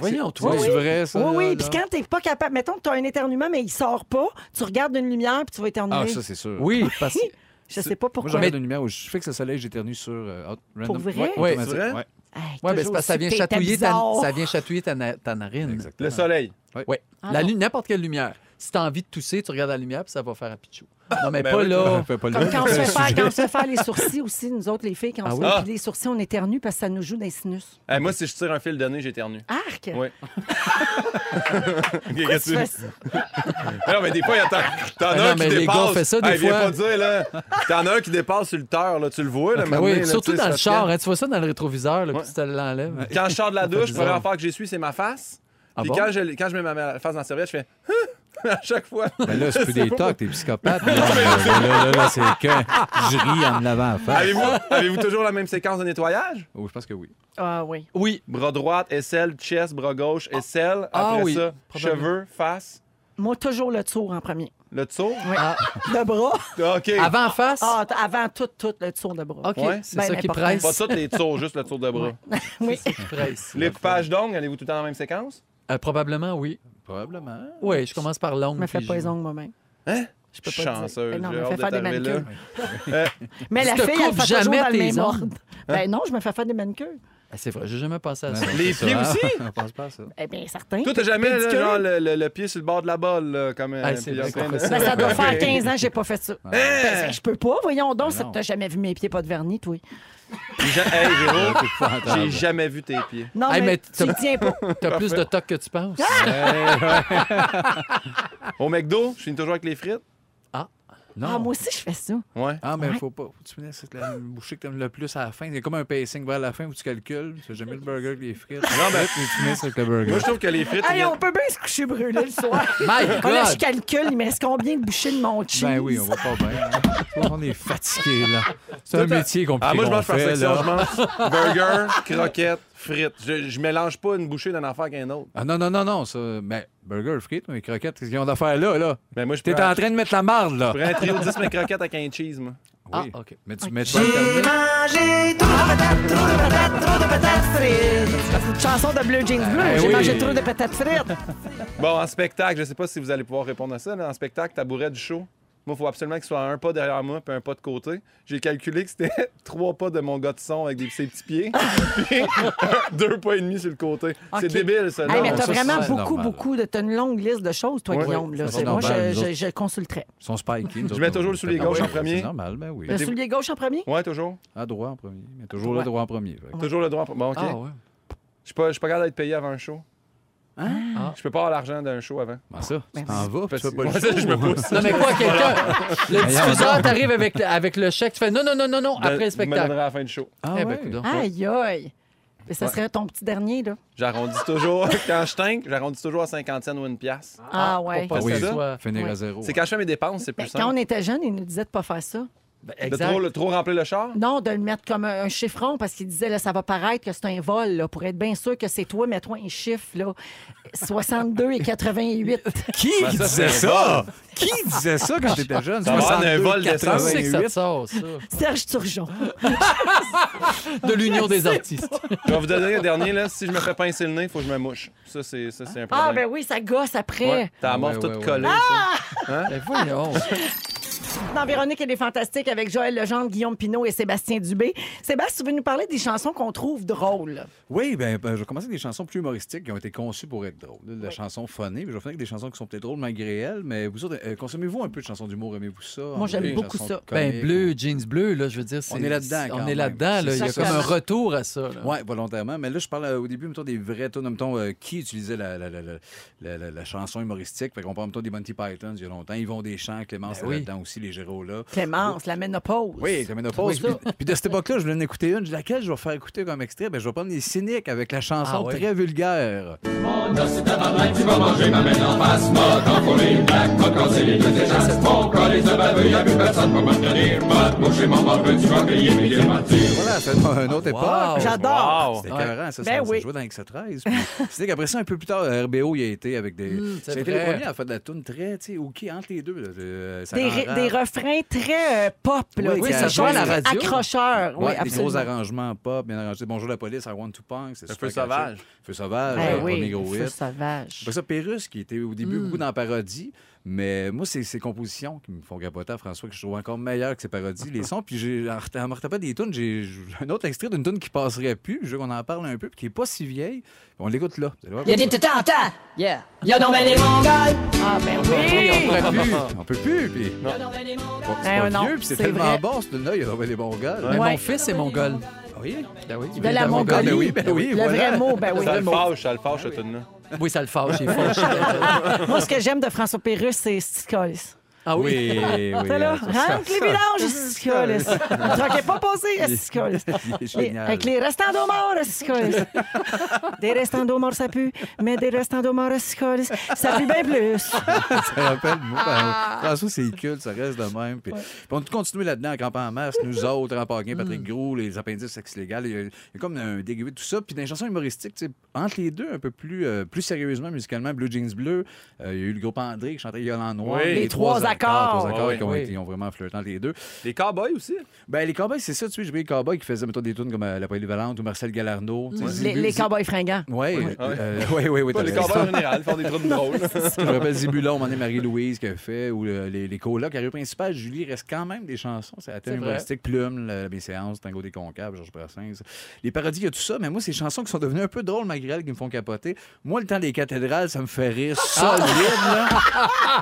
voyons, toi. Ben C'est vrai, ça. oui, oui. là, Puis là? quand t'es pas capable, mettons que t'as un éternuement, mais il sort pas, tu regardes une lumière, puis tu vas éternuer. Ah, ça, c'est sûr. Oui, parce que. je sais pas Moi, pourquoi. je regarde une lumière où je fixe le soleil, j'éternue sur euh, out- Ah, random. vrai? Ouais, Ouais, automatique. c'est vrai? Ouais. Hey, Ouais, mais c'est toujours parce que ça aussi, vient t'es- t'es chatouiller ta, bizarre. ça vient chatouiller ta, na- ta Mm. narine. Exactement. Le soleil. Ouais. Ah la non. lune, n'importe quelle lumière. Si t'as envie de tousser, tu regardes la lumière, puis ça va faire un pichou. Non, mais Ben pas oui. là. On fait Ah, pas le Comme même. quand on, se *laughs* fait faire, quand on se fait faire les sourcils aussi, nous autres, les filles, quand on se fait Ah oui? épiler les sourcils, on éternue parce que ça nous joue des sinus. Eh, moi, si je tire un fil de nez, j'éternue. Arc! Oui. Ok, *laughs* Pourquoi tu qu'est-ce que fais tu- ça? Non, mais des fois, il y a t'en- t'en as Ah non, un mais qui les dépasse. gars, on fait ça des Eh, viens fois. pas dire, là. T'en as un qui dépasse sur le terre, là. Tu le vois, là. Ben maintenant, oui, là, surtout tu sais, dans le c'est char. parce hein, tu vois ça dans le rétroviseur, là, Ouais. puis tu te l'enlèves. que- *laughs* Quand je sors de la douche, la bizarre. première affaire que j'essuie, c'est ma face. Ah Puis bon? quand, je, quand je mets ma face dans la serviette, je fais *laughs* à chaque fois. Ben là, c'est plus des tocs, t'es *laughs* psychopathe. Là, là, là, là, là, c'est que je ris en me lavant la face. Avez-vous avez-vous toujours la même séquence de nettoyage? Oh, je pense que oui. Ah oui. Oui. Bras droite, aisselle, chest, bras gauche, aisselle. Ah Après oui, ça, probablement. cheveux, face, Moi, toujours le tour en premier. le tour. Ah, Le bras? OK. avant face. Ah, t- avant tout, tout le tour de bras. OK, ouais. c'est Ben, ça qui important. presse. Pas toutes les tours, juste le tour de bras. Oui. Presse. *laughs* Les coupages d'ongles, allez-vous tout le temps dans la même séquence? Euh, probablement, oui. Probablement. Oui, je commence par l'ongle. Je me fais puis pas je- les ongles moi-même. Hein? Je peux pas Dire. Chanceuse, Eh Non, j'ai je me hâte fais faire des d'être arrivé là. manucures. Mais Tu la te fille, elle coupes fait toujours jamais dans le tes même ongles. ordre. Hein? Ben non, je me fais faire des manucures. Ah, C'est vrai, j'ai jamais pensé à ça. Les C'est pieds ça, hein? aussi? On pense pas à ça. Eh bien, certain. Toi, t'as jamais là, Pédicure. genre, le, le- le pied sur le bord de la balle, là, comme Ah, un c'est puis vrai en train qu'on de- fait Ben, ça doit faire Ok. Hein? 15 ans que j'ai pas fait ça. Ben, je peux pas, voyons donc, c'est que t'as jamais vu mes pieds pas de vernis, toi. Ja- Hey, Véro, C'est épouvantable. j'ai jamais vu tes pieds. Non, Hey, mais mais tu t'as- y tiens pas. T'as plus de toc que tu penses. Ah! Au McDo, je finis toujours avec les frites. Non. Ah, moi aussi, je fais ça. Ouais. Ah, mais Ouais. faut pas. Faut que tu finisses avec la bouchée que t'aimes le plus à la fin. C'est comme un pacing vers la fin où tu calcules. Tu fais jamais le burger que les frites. Ah, Non, ben, mais tu finis avec le burger. *laughs* Moi, je trouve que les frites. ils Hey, viennent- on peut bien se coucher brûlé le *laughs* soir. My Ah, là, je God! calcule, il me reste combien de bouchées de mon cheese? Ben oui, on va pas bien. hein. On est fatigué, là. C'est un Toi, t'as- métier compliqué. Ah, moi, je qu'on mange par fait, section. là. Je mange burger, croquettes, frites. Je, je mélange pas une bouchée d'un affaire qu'un autre. Ah non, non, non, non, ça. Mais burger, frites, mais croquettes, qu'est-ce qu'ils ont d'affaire là, là? Mais moi, je T'es prends, en train de mettre la marde, là. je prends un trio de 10 mes croquettes avec un cheese, moi. Ah, Oui. OK. Mais tu mets pas le terme. Manger trop de patates, trop de patates, trop de patates frites. Une chanson de Bleu Jeans Bleu, Ben j'ai oui. mangé trop de patates frites. Bon, en spectacle, je sais pas si vous allez pouvoir répondre à ça. Là, en spectacle, tabouret du show. Moi, il faut absolument qu'il soit un pas derrière moi puis un pas de côté. J'ai calculé que c'était *laughs* trois pas de mon gars de son avec des- ses petits pieds, *laughs* puis deux pas et demi sur le côté. C'est Ok. débile, ça. Hey, non? mais non, t'as ça, vraiment c'est beaucoup, normal. beaucoup de. T'as une longue liste de choses, toi, Oui. Guillaume. là. Ça, c'est C'est- Moi, normal, je, nous je, je consulterais. Ils sont spikés. nous Je autres, mets on- toujours on sous fait les pas gauches mal. en premier. C'est normal, ben oui. Le soulier gauche en premier? Ouais, toujours. À droit en premier. Mais toujours Droit. le droit en premier. fait que- Toujours le droit. Bon, OK. Ah, ouais. Je suis pas, je suis pas capable d'être payé avant un show. Ah. Je peux pas avoir l'argent d'un show avant. Comment ça? Tu Merci. t'en vas, puis tu fais pas le Ouais, ça, *laughs* je me pousse. Non, mais quoi, *laughs* quelqu'un? Le diffuseur t'arrive avec, avec le chèque, tu fais non, non, non, non, non, après le Je Ben, me donnerai spectacle. à la fin du show. Ah, Eh ben, ouais. coudonc. Aïe, aïe. Mais ça serait ton petit dernier, là. J'arrondis toujours. quand je tinque, j'arrondis toujours à 50 cents ou une pièce. Ah, ouais. Pour pas Ah que oui, ça ça. soit- Finir à Ouais. zéro. C'est quand je fais mes dépenses, c'est Ben, plus quand on simple. était jeune, il nous disait de pas faire ça. Ben, De trop, le- trop remplir le char? Non, de le mettre comme un, un chiffron parce qu'il disait là, ça va paraître que c'est un vol là, pour être bien sûr que c'est toi, mets-toi un chiffre *laughs* là, 62 et 88. Qui Ben, ça, disait c'est ça? Qui disait ça quand *laughs* j'étais jeune? Ça va prendre un vol Tu d'essence. sais que ça te 88. sort, ça. Serge Turgeon. De *laughs* l'union des artistes. Je vais vous donner le dernier. Là. Si je me fais pincer le nez, il faut que je me mouche. Ça, c'est ça, c'est un Ah ben problème. oui, ça gosse après. Ouais, T'as la Ah, mort ouais, ouais, toute ouais. collée. Ah, Ben voyons. Dans Véronique et les Fantastiques avec Joël Legendre, Guillaume Pinot et Sébastien Dubé. Sébastien, tu veux nous parler des chansons qu'on trouve drôles. Oui, ben, ben, je vais commencer avec des chansons plus humoristiques qui ont été conçues pour être drôles. Là, La chanson funny, puis je vais finir avec des chansons qui sont peut-être drôles malgré elles, mais vous autres, euh, consommez-vous un peu de chansons d'humour, aimez-vous ça? Envoyez j'aime des beaucoup chansons ça. Ben comiques. bleu, jeans bleu, là, je veux dire. c'est- On est là-dedans, quand On est même. là-dedans, là. C'est Il y a ça, comme ça. un retour à ça, là. Oui, volontairement. Mais là, je parle euh, au début, mettons, des vrais tunes. Mettons, euh, qui utilisait la, la, la, la, la- la- la chanson humoristique? Fait qu'on parle, mettons, des Monty Python, il y a longtemps. Ils vont des chants, Clémence, Ben est oui. là-dedans aussi, les Géraud, là. Clémence, la ménopause. Oui, comme une pause. Puis, puis de cette époque-là, je voulais en écouter une. Je dis, Laquelle je vais faire écouter comme extrait? Ben, je vais prendre les cyniques avec la chanson Ah oui. très vulgaire. Voilà, c'est une autre époque. Wow. J'adore. Wow. C'était Ouais. écœurant, ça, Ben ça, ça oui. jouait dans X13. C'était qu'après ça, un peu plus tard, euh, RBO, il a été avec des... Mm, c'est C'était le vrai. premier à faire de la toune très, tu sais, OK, entre les deux. là, de- euh, ça Des, rend re- rare. des refrains très euh, pop. Là, Oui, Des ça joue à la choses radio. Accrocheurs. Ouais, oui, des absolument. gros arrangements pop, bien arrangés. Bonjour la police, I want to punk. C'est Un super feu sauvage. catchy. Feu sauvage, Ben euh, premier oui, gros feu hit. sauvage. Mm. Après ça, Pérus, qui était au début beaucoup dans la parodie, mais moi, c'est ses compositions qui me font capoter à François, que je trouve encore meilleures que ses parodies, les sons. Puis j'ai, en reta- en me retapant des tunes, j'ai j'ai un autre extrait d'une tune qui passerait plus, puis je veux qu'on en parle un peu, puis qui est pas si vieille. On l'écoute là. Vous allez voir. Il y a des tatas. Yeah. Il y a donc ben des Mongols. Ah ben oui! On pourrait plus. On Ah, peut plus, puis Il y a donc ben des Mongols. c'est Eh, pas non, vieux, puis c'est c'est tellement vrai. bon, c'est une là, il y a des bons gars. Mais Ouais. mon fils est mongol. Oui. Ben oui, il De vient la Mongolie. Ben oui, ben oui, le voilà. vrai mot, ben oui. Ça le fâche, ça le fâche, ce tune-là. Oui, ça le fâche, il est fâché. Moi, ce que j'aime de François Pérus, c'est Sticolis. Ah oui. Oui, *laughs* oui. hein, C'est là, hein, ça, rentre les vidanges, Sticolis. Ne troquez pas passé, Sticolis. *laughs* il est Et- génial. Avec les restants d'eau morts, Sticolis. Des restants d'eau morts, ça pue, mais des restants d'eau morts, Sticolis, ça pue bien plus. Ça rappelle, moi, Ah. ben, François, c'est culte, ça reste de même. Puis, puis on continue là-dedans, en campant en masse, *laughs* nous autres, en Paquin, Mm. Patrick Gros, les appendices sexes légales. Il y a, il y a comme un dégueu de tout ça. Puis dans les chansons humoristiques, tu sais, entre les deux, un peu plus, euh, plus sérieusement, musicalement, Blue Jeans Bleu, euh, il y a eu le groupe André qui chantait Yolande Noir. Oui. Les trois accords. Gros accords Ouais, qui ont, ouais. été- ils ont vraiment flirtant les deux. Les cowboys aussi. Ben, les cowboys, c'est ça, tu sais, je voyais les cowboys qui faisaient, mettons, des tunes comme euh, La Polyvalente ou Marcel Galarno. tu sais, Les, Zibu- les Zibu- cowboys fringants. Ouais, euh, ouais, *laughs* ouais, ouais, Pas t'as les raison. cowboys en général, ils font des trucs drôles. Je me rappelle Zibulon, on est Marie-Louise qui a fait, ou euh, les, les colocs à rue principale. Julie il reste quand même des chansons. C'est la thème C'est vrai. humoristique, Plume, la, la séances, Tango des Concaves, Georges Brassens. Les parodies, il y a tout ça, mais moi, ces chansons qui sont devenues un peu drôles malgré elles, qui me font capoter. Moi, le temps des cathédrales, ça me fait rire solide, *laughs* là.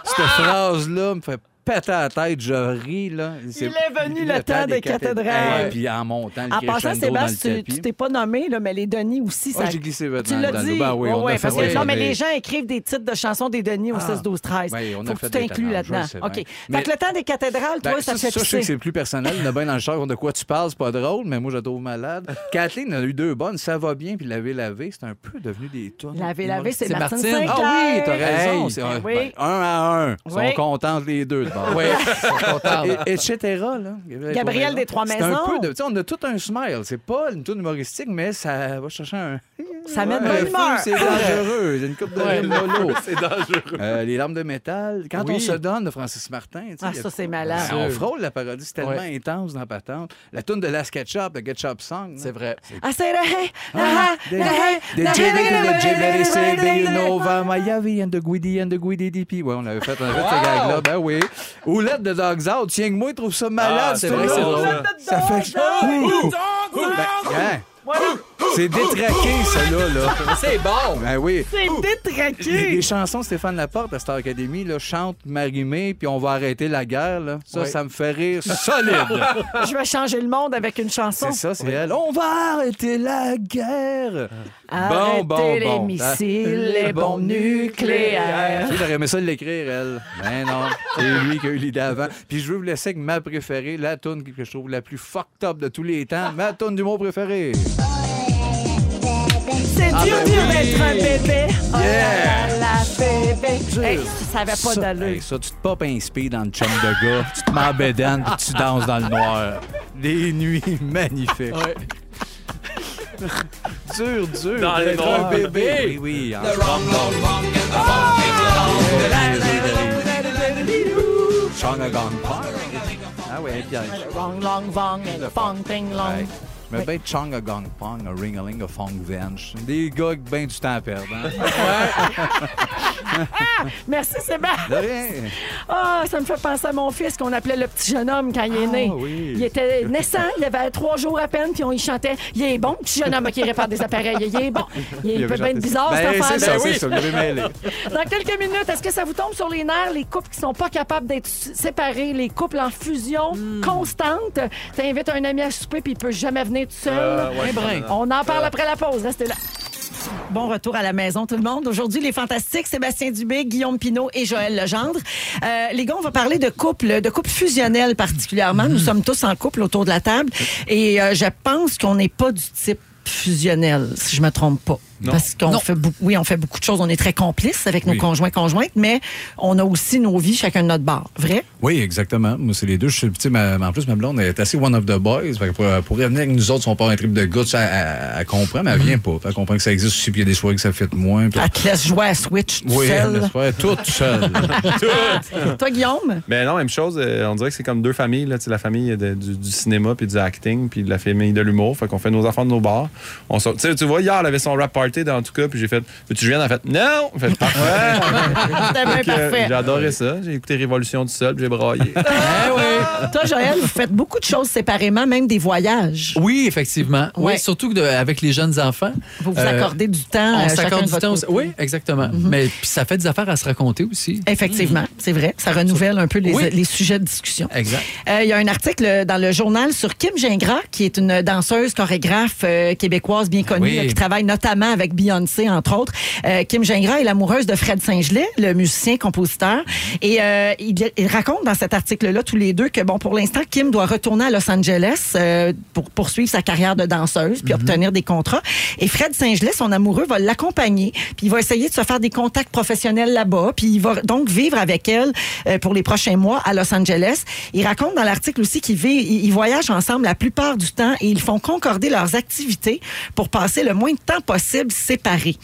Cette phrase-là me fait péter à la tête, je ris, là. C'est- Il est venu le temps des cathédrales. Ouais, puis en montant, le En passant, crescendo dans le Sébastien, tu- tu tapis. t'es pas nommé, là, mais les Denis aussi, Ah, ça. j'ai glissé tu dans, l'as dans le- dit. Ben oui, Ouais, on a ouais, fait parce que, ouais, non, mais mais- les gens écrivent des titres de chansons des Denis au Ah. 6, 12, 13. Ouais, on a Faut que fait tu des t'inclues talents, je là-dedans. le sais bien. OK. Mais- Fait que le temps des cathédrales, Ben, toi, ça, te fait je sais que pisser. c'est plus personnel. Il y en a bien dans le char de quoi tu parles, c'est pas drôle, mais moi, je la trouve *laughs* malade. Kathleen en a eu deux bonnes, ça va bien, puis laver, laver, c'est un peu devenu des tonnes. Laver, laver, c'est C'est Martine Martine. Sinclair. Ah oui, t'as raison. Hey, c'est ben un, oui. ben, un à un. Ils Oui. sont contents les deux de bord. *laughs* Oui, ils sont contents. Et, etc. Là. Gabriel, Gabriel des Trois C'est Maisons. Un peu de, tu sais, on a tout un smile. C'est pas une toune humoristique, mais ça va chercher un. Ça met de Ouais, bonne fou, humeur. C'est dangereux. C'est une coupe de Ouais. *laughs* mollo. C'est dangereux. Euh, les larmes de métal. Quand Oui. on se donne de Francis Martin. tu sais, Ah, il y a ça, de c'est quoi- malade. Ben, on frôle la parodie, c'est tellement Ouais. intense dans Patente. La tune de la SketchUp, de Get Up Song. C'est vrai. Ah, c'est la haie, la Ah, haie, the la haie, the la Jimmy haie, and la the Jimmy haie, say la haie, they la haie. know about Miami and the Guidi and the Guidi DP. Ouais, on l'avait fait, on avait fait ce gag-là, ben oui. Oulette de Dogs Out, tiens que moi, il trouve ça malade. Ah, ce c'est vrai que truc-là. c'est drôle. Ça fait chaud. Ben, hein? C'est détraqué, ça là, là. C'est bon. Ben oui. C'est Les, détraqué. les chansons de Stéphane Laporte à Star Academy, là, chante Marimé, puis on va arrêter la guerre. Là. Ça, Oui. ça me fait rire solide. Je vais changer le monde avec une chanson. C'est ça, c'est elle. On va arrêter la guerre. Arrêtez les Ah, missiles, les bombes nucléaires. Tu sais, J'aurais aimé ça de l'écrire, elle. Ben non, c'est lui qui a eu l'idée avant. Puis je veux vous laisser avec ma préférée, la tune que je trouve la plus fucked up de tous les temps, ma tune du mot préféré. C'est dur, ben dur oui. d'être un bébé. Oh là Yeah. là là, bébé. Hey, ça savait pas ça, d'allure. hey, ça, tu te popes un speed dans le chum de gars, tu te mets en bédane, puis tu danses dans le noir. Des nuits magnifiques. Ouais. Dur, dur. Dans le d'être noir. un bébé. Oui, oui. en- Sean a gone punk. Ah ouais, bien. Wrong, long, vong, and fong, ting, long. Ouais. Mais ben Chong a gong pong, a ring a ling a fong venge. Des gars avec ben du temps à perdre. hein. Merci, De Sébastien. rien. Ah, ça me fait penser à mon fils qu'on appelait le petit jeune homme quand il est Ah, né. oui. Il était naissant, il avait trois jours à peine, puis on y chantait Il est bon, petit jeune homme qui répare des appareils. Il est bon. Il est Il un avait peu bien chanté ça. bizarre, Ben, cette C'est affaire-là. ça, Ben c'est oui. ça, vous l'avez mêlé. Dans quelques minutes, est-ce que ça vous tombe sur les nerfs, les couples qui sont pas capables d'être s- séparés, les couples en fusion Hmm. constante? T'invites un ami à souper puis il peut jamais venir tout seul. Ah, Euh, ouais, brin. ça- On en parle après la pause. Restez là. Bon retour à la maison, tout le monde. Aujourd'hui, les fantastiques, Sébastien Dubé, Guillaume Pinault et Joël Legendre. Euh, les gars, on va parler de couple, de couple fusionnel particulièrement. Mhm. Nous sommes tous en couple autour de la table et euh, je pense qu'on n'est pas du type fusionnel, si je me trompe pas. Parce qu'on Non. fait beaucoup, oui, on fait beaucoup de choses. On est très complices avec nos conjoints conjointes, mais on a aussi nos vies chacun de notre bord. Vrai? Oui, exactement. Moi, c'est les deux. Je suis, tu sais, ma- ma- en plus, ma blonde est assez one of the boys. Fait que pour, euh, pour revenir avec nous autres, si on part un trip de gars, tu sais, elle, elle- elle comprend, mais elle vient Mm-hmm. pas. Elle comprend que ça existe aussi, puis il y a des soirées que ça fait moins. puis- Elle te laisse jouer à Switch tout Oui, elle seul. le fait tout seul. Toi, Guillaume? Mais non, même chose, euh, on dirait que c'est comme deux familles, là, tu sais, la famille de- du, du cinéma, puis du acting, puis de la famille de l'humour. Fait qu'on fait nos enfants de nos bars. On sort- tu sais, tu vois, hier, elle avait son rap party, dans tout cas, puis j'ai fait, veux-tu que je vienne? Elle a fait, non! J'ai Fait, parfait! T'es bien Fait que, euh, parfait. J'ai adoré ça. J'ai écouté Révolution du Sol, puis j'ai braillé. Toi, Joël, vous faites beaucoup de choses séparément, même des voyages. Oui, effectivement. Ouais. Oui, surtout que de- avec les jeunes enfants. Vous vous euh, accordez du temps. euh, On chacun de s'accorde du votre temps. côté. Mhm. aussi. Oui, exactement. Mais puis ça fait des affaires à se raconter aussi. Effectivement, c'est vrai. Ça renouvelle un peu les, Oui. les sujets de discussion. Exact. Euh, Il y a un article dans le journal sur Kim Gingras, qui est une danseuse, chorégraphe euh, québécoise bien connue, Oui. là, qui travaille notamment avec Beyoncé, entre autres. Euh, Kim Gingras est l'amoureuse de Fred Saint-Gelais, le musicien-compositeur. Et euh, il, il raconte dans cet article-là, tous les deux, que bon, pour l'instant, Kim doit retourner à Los Angeles euh, pour poursuivre sa carrière de danseuse puis obtenir des contrats. Et Fred Saint-Gelais, son amoureux, va l'accompagner, puis il va essayer de se faire des contacts professionnels là-bas, puis il va donc vivre avec elle euh, pour les prochains mois à Los Angeles. Il raconte dans l'article aussi qu'ils vivent- ils ils voyagent ensemble la plupart du temps et ils font concorder leurs activités pour passer le moins de temps possible séparés.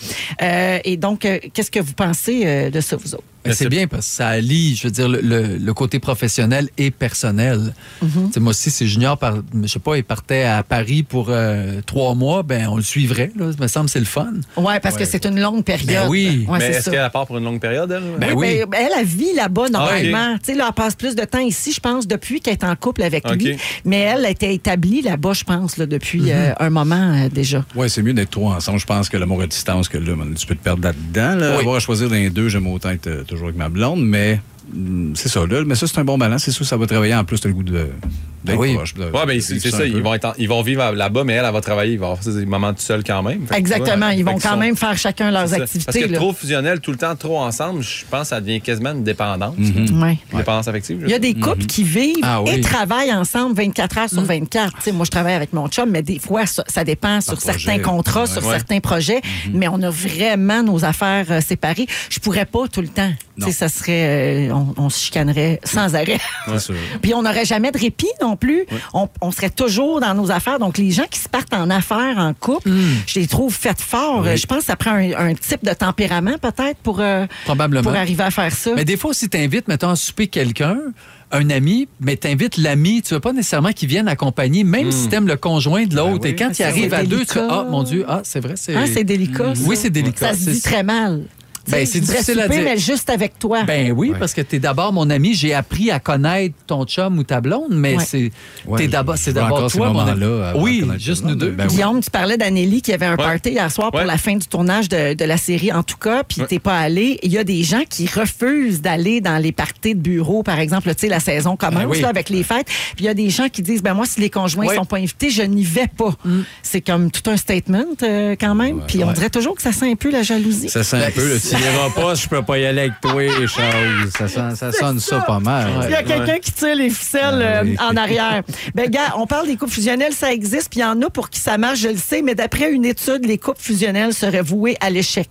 Euh, et donc, euh, qu'est-ce que vous pensez euh, de ça, vous autres? *laughs* Mais c'est bien parce que ça allie, je veux dire, le, le- le côté professionnel et personnel. Tu sais, Moi aussi, si Junior, par, je sais pas, il partait à Paris pour euh, trois mois, ben on le suivrait. Là. Il me semble que c'est le fun. Oui, parce que c'est une longue période. Ben oui. Ouais, Mais c'est est-ce ça. qu'elle a part pour une longue période, elle? Ben Oui, oui. ben, elle, elle vit là-bas normalement. Ah, Tu sais, là, elle passe plus de temps ici, je pense, depuis qu'elle est en couple avec Ok. Mhm. lui. Mais elle elle était établie là-bas, je pense, là, depuis euh, un moment euh, déjà. Ouais, c'est mieux d'être trois ensemble. Je pense que l'amour à distance, que là, man, tu peux te perdre là-dedans. Là. Avoir à choisir dans les deux, j'aime autant être euh, toujours avec ma blonde, mais mm, c'est ça. Là, mais ça, c'est un bon balance. C'est sûr que ça va travailler en plus, t'as le goût de, d'être oui. proche. de- Ouais, de ben c'est vivre c'est ça. un peu. Ils vont, être en- ils vont vivre là-bas, mais elle, elle va travailler. Ils vont avoir des moments tout seuls quand même. Fait que, Exactement. ouais, Ils fait vont qu'ils quand sont- même faire chacun leurs c'est ça. activités. Parce que là. trop fusionnel, tout le temps, trop ensemble, je pense que ça devient quasiment une dépendance. Mm-hmm. Ouais. Une dépendance affective. je Il y a sais. des couples qui vivent Ah oui. et travaillent ensemble 24 heures sur Mm-hmm. 24. Tu sais, moi, je travaille avec mon chum, mais des fois, ça, ça dépend sur projet. certains contrats, sur Ouais. Mm-hmm. certains projets. Mais on a vraiment nos affaires euh, séparées. Je pourrais pas tout le temps. Tu sais, ça serait, euh, on, on se chicanerait sans arrêt. C'est sûr. Puis on n'aurait jamais de répit non plus. On, on serait toujours dans nos affaires. Donc, les gens qui se partent en affaires, en couple, Hmm. je les trouve faites fort. Je pense que ça prend un, un type de tempérament peut-être pour, euh, Probablement. pour arriver à faire ça. Mais des fois, si tu invites, mettons, à souper quelqu'un, un ami, mais tu invites l'ami, tu veux pas nécessairement qu'il vienne accompagner, même si tu aimes le conjoint de l'autre. Et quand il c'est arrive à deux, tu fais délicat. Ah, mon Dieu, ah, c'est vrai, c'est. Hein, c'est délicat. ça. hmm. Oui, c'est délicat. Ça se C'est- dit très mal. Tu Ben, sais, c'est je voudrais difficile à souper, dire. mais juste avec toi. Ben oui, parce que t'es d'abord mon ami. J'ai appris à connaître ton chum ou ta blonde, mais Ouais. c'est Ouais, t'es je- d'abord, je c'est vois d'abord encore ces toi mon ami. moments-là avant de Oui, Ben, connaître juste ta nous blonde, deux. ben oui. Guillaume, tu parlais d'Anneli qui avait un party hier soir pour Ouais. la fin du tournage de, de la série En tout cas, puis Ouais. t'es pas allé. Il y a des gens qui refusent d'aller dans les parties de bureau, par exemple. Tu sais, la saison commence Ben oui. là, avec les fêtes. Puis il y a des gens qui disent, ben moi, si les conjoints Ouais. Mm. sont pas invités, je n'y vais pas. C'est comme tout un statement euh, quand même. puis on dirait toujours que ça sent un peu la jalousie. Ça sent un peu le tu iras pas, je peux pas y aller avec toi, Charles. Ça, sent- ça sonne ça, pas mal. Il y a quelqu'un qui tire les ficelles euh, en arrière. Ben, gars, on parle des couples fusionnels, ça existe, puis il y en a pour qui ça marche, je le sais, mais d'après une étude, les couples fusionnels seraient voués à l'échec.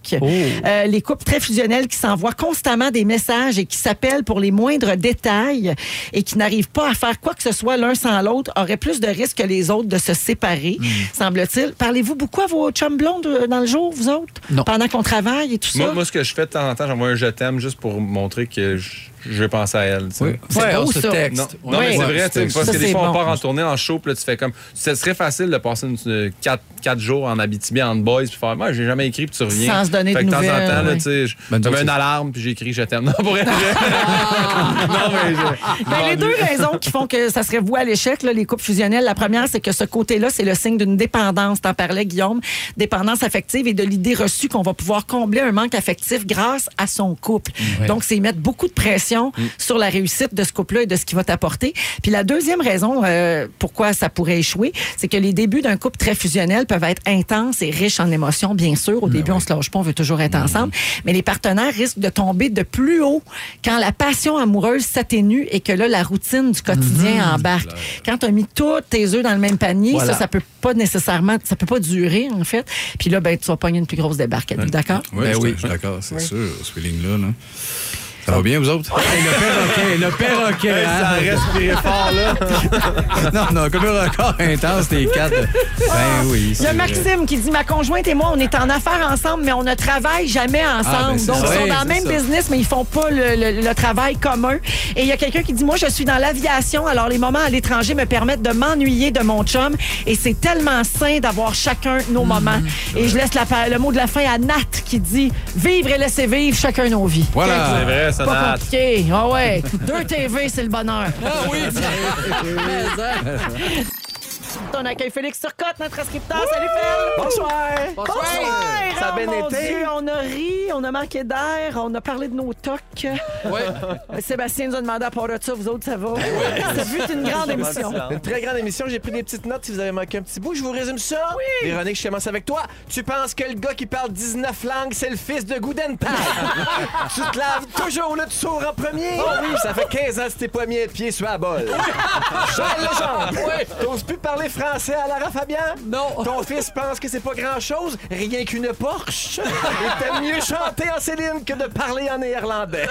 Euh, les couples très fusionnels qui s'envoient constamment des messages et qui s'appellent pour les moindres détails et qui n'arrivent pas à faire quoi que ce soit l'un sans l'autre auraient plus de risques que les autres de se séparer, semble-t-il. Parlez-vous beaucoup à vos chums blondes euh, dans le jour, vous autres? Non. Pendant qu'on travaille et tout ça? Moi, moi, ce que je fais de temps en temps, j'envoie un je t'aime juste pour montrer que je, je vais penser à elle. tu sais. C'est Ouais, beau, on se ça. texte. Non, Ouais. non, mais Ouais. c'est vrai, tu sais, parce Ça, que des c'est fois, bon. on part en tournée en show, puis là, tu fais comme. Ce serait facile de passer 4 jours en Abitibi en boys, puis faire, moi, j'ai jamais écrit, puis tu reviens. Sans se donner fait que de de temps en nouvelles, temps, là, ouais. tu sais, je Ben, je mets donc, une c'est- alarme, puis j'écris, je t'aime. *laughs* Non, pour être vrai. non, mais je- Ah! Ben, les deux raisons qui font que ça serait voué à l'échec, là, les couples fusionnels. La première, c'est que ce côté-là, c'est le signe d'une dépendance. T'en parlais, Guillaume. Dépendance affective et de l'idée reçue qu'on va pouvoir combler un manque affectif grâce à son couple. Donc, c'est mettre beaucoup de pression sur la réussite de ce couple-là et de ce qu'il va t'apporter. Puis la deuxième raison euh, pourquoi ça pourrait échouer, c'est que les débuts d'un couple très fusionnel peuvent être intenses et riches en émotions, bien sûr. Ben Au début, on se lâche pas, on veut toujours être ensemble. Mais les partenaires risquent de tomber de plus haut quand la passion amoureuse s'atténue et que là, la routine du quotidien embarque. Quand tu as mis tous tes œufs dans le même panier, Mhm. Voilà. ça, ça peut pas nécessairement, ça peut pas durer, en fait. Puis là, ben, tu vas pogner une plus grosse débarque. Êtes-vous D'accord? Oui, Ben je, oui. je suis d'accord, c'est sûr, ce feeling-là. Là. Ça va bien, vous autres? le perroquet, le perroquet. Ça respire fort, là. non, non, comme un record intense, les quatre. Ben oui. Il y a c'est vrai. Maxime qui dit Ma conjointe et moi, on est en affaires ensemble, mais on ne travaille jamais Ah, ensemble. ben, c'est Donc, ça. ils sont Oui, dans le même c'est ça. business, mais ils font pas le, le- le travail commun. Et il y a quelqu'un qui dit Moi, je suis dans l'aviation, alors les moments à l'étranger me permettent de m'ennuyer de mon chum. Et c'est tellement sain d'avoir chacun nos Mm, moments. Et je laisse la pa- le mot de la fin à Nat qui dit Vivre et laisser vivre chacun nos vies. C'est Voilà. vrai, ça, Pas Nat. compliqué. *laughs* Ah ouais. Deux TV, c'est le bonheur. Ah oui, mais, hein. On accueille Félix Turcotte, notre inscripteur. Salut, Félix. Bonsoir! Bonsoir! Ça a Oh, bien mon été? Dieu, on a ri, on a manqué d'air, on a parlé de nos tocs. Ouais. Sébastien nous a demandé à part de ça, vous autres, ça va? Ça vu une grande émission. Une très grande émission, j'ai pris des petites notes si vous avez manqué un petit bout. Je vous résume ça. Véronique, je commence avec toi. Tu penses que le gars qui parle 19 langues, c'est le fils de *laughs* Goudenthal. tu te laves toujours le dessous en premier. Oh oui, ça fait 15 ans que t'es pas mis les pieds sur la *laughs* bolle. Charles Legendre, t'oses plus parler français à Lara Fabian? Non. Ton fils pense que c'est pas grand-chose, rien qu'une Porsche. Et t'aimes mieux chanter. chanter en Céline que de parler en néerlandais.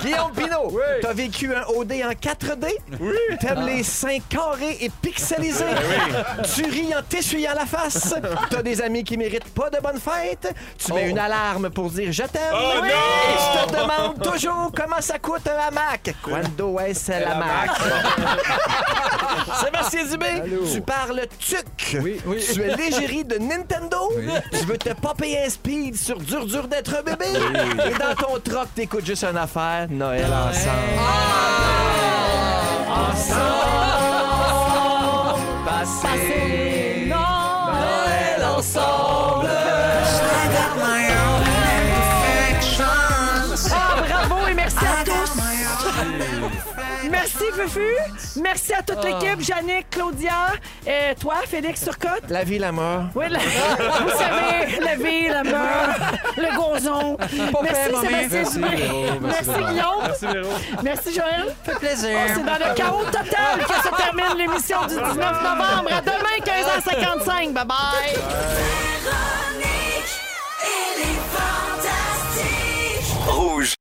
Guillaume Pinot, t'as vécu un OD en 4D? Oui. T'aimes Ah. les seins carrés et pixelisés? Ben Tu ris en t'essuyant la face? T'as des amis qui méritent pas de bonne fête? Tu mets une alarme pour dire je t'aime? Oh, non! Et je te demande toujours comment ça coûte un hamac? Quando es el hamac? Sébastien Dubé, tu parles tuc. Tu es l'égérie de Nintendo. Tu veux te popper un speed sur Dur Dur d'être bébé. Et dans ton troc, t'écoutes juste une affaire, Noël ensemble. Ah! Passé. I got my own infections. Ah, bravo et merci à I got tous. my own infections. Merci, Fufu. Merci à Oh. toute l'équipe. Yannick, Claudia, euh, toi, Félix Turcotte. La vie, la mort. Oui, la- vous savez, la vie, la mort, le gonzon. Merci, mamie. Sébastien Merci, Dubé. Véro. Merci, Merci, Véro. Guillaume. Merci, Joël. C'est dans le chaos total que se termine l'émission *laughs* du 19 novembre. À demain, 15h55. Bye-bye. Véronique, elle est fantastique. Rouge.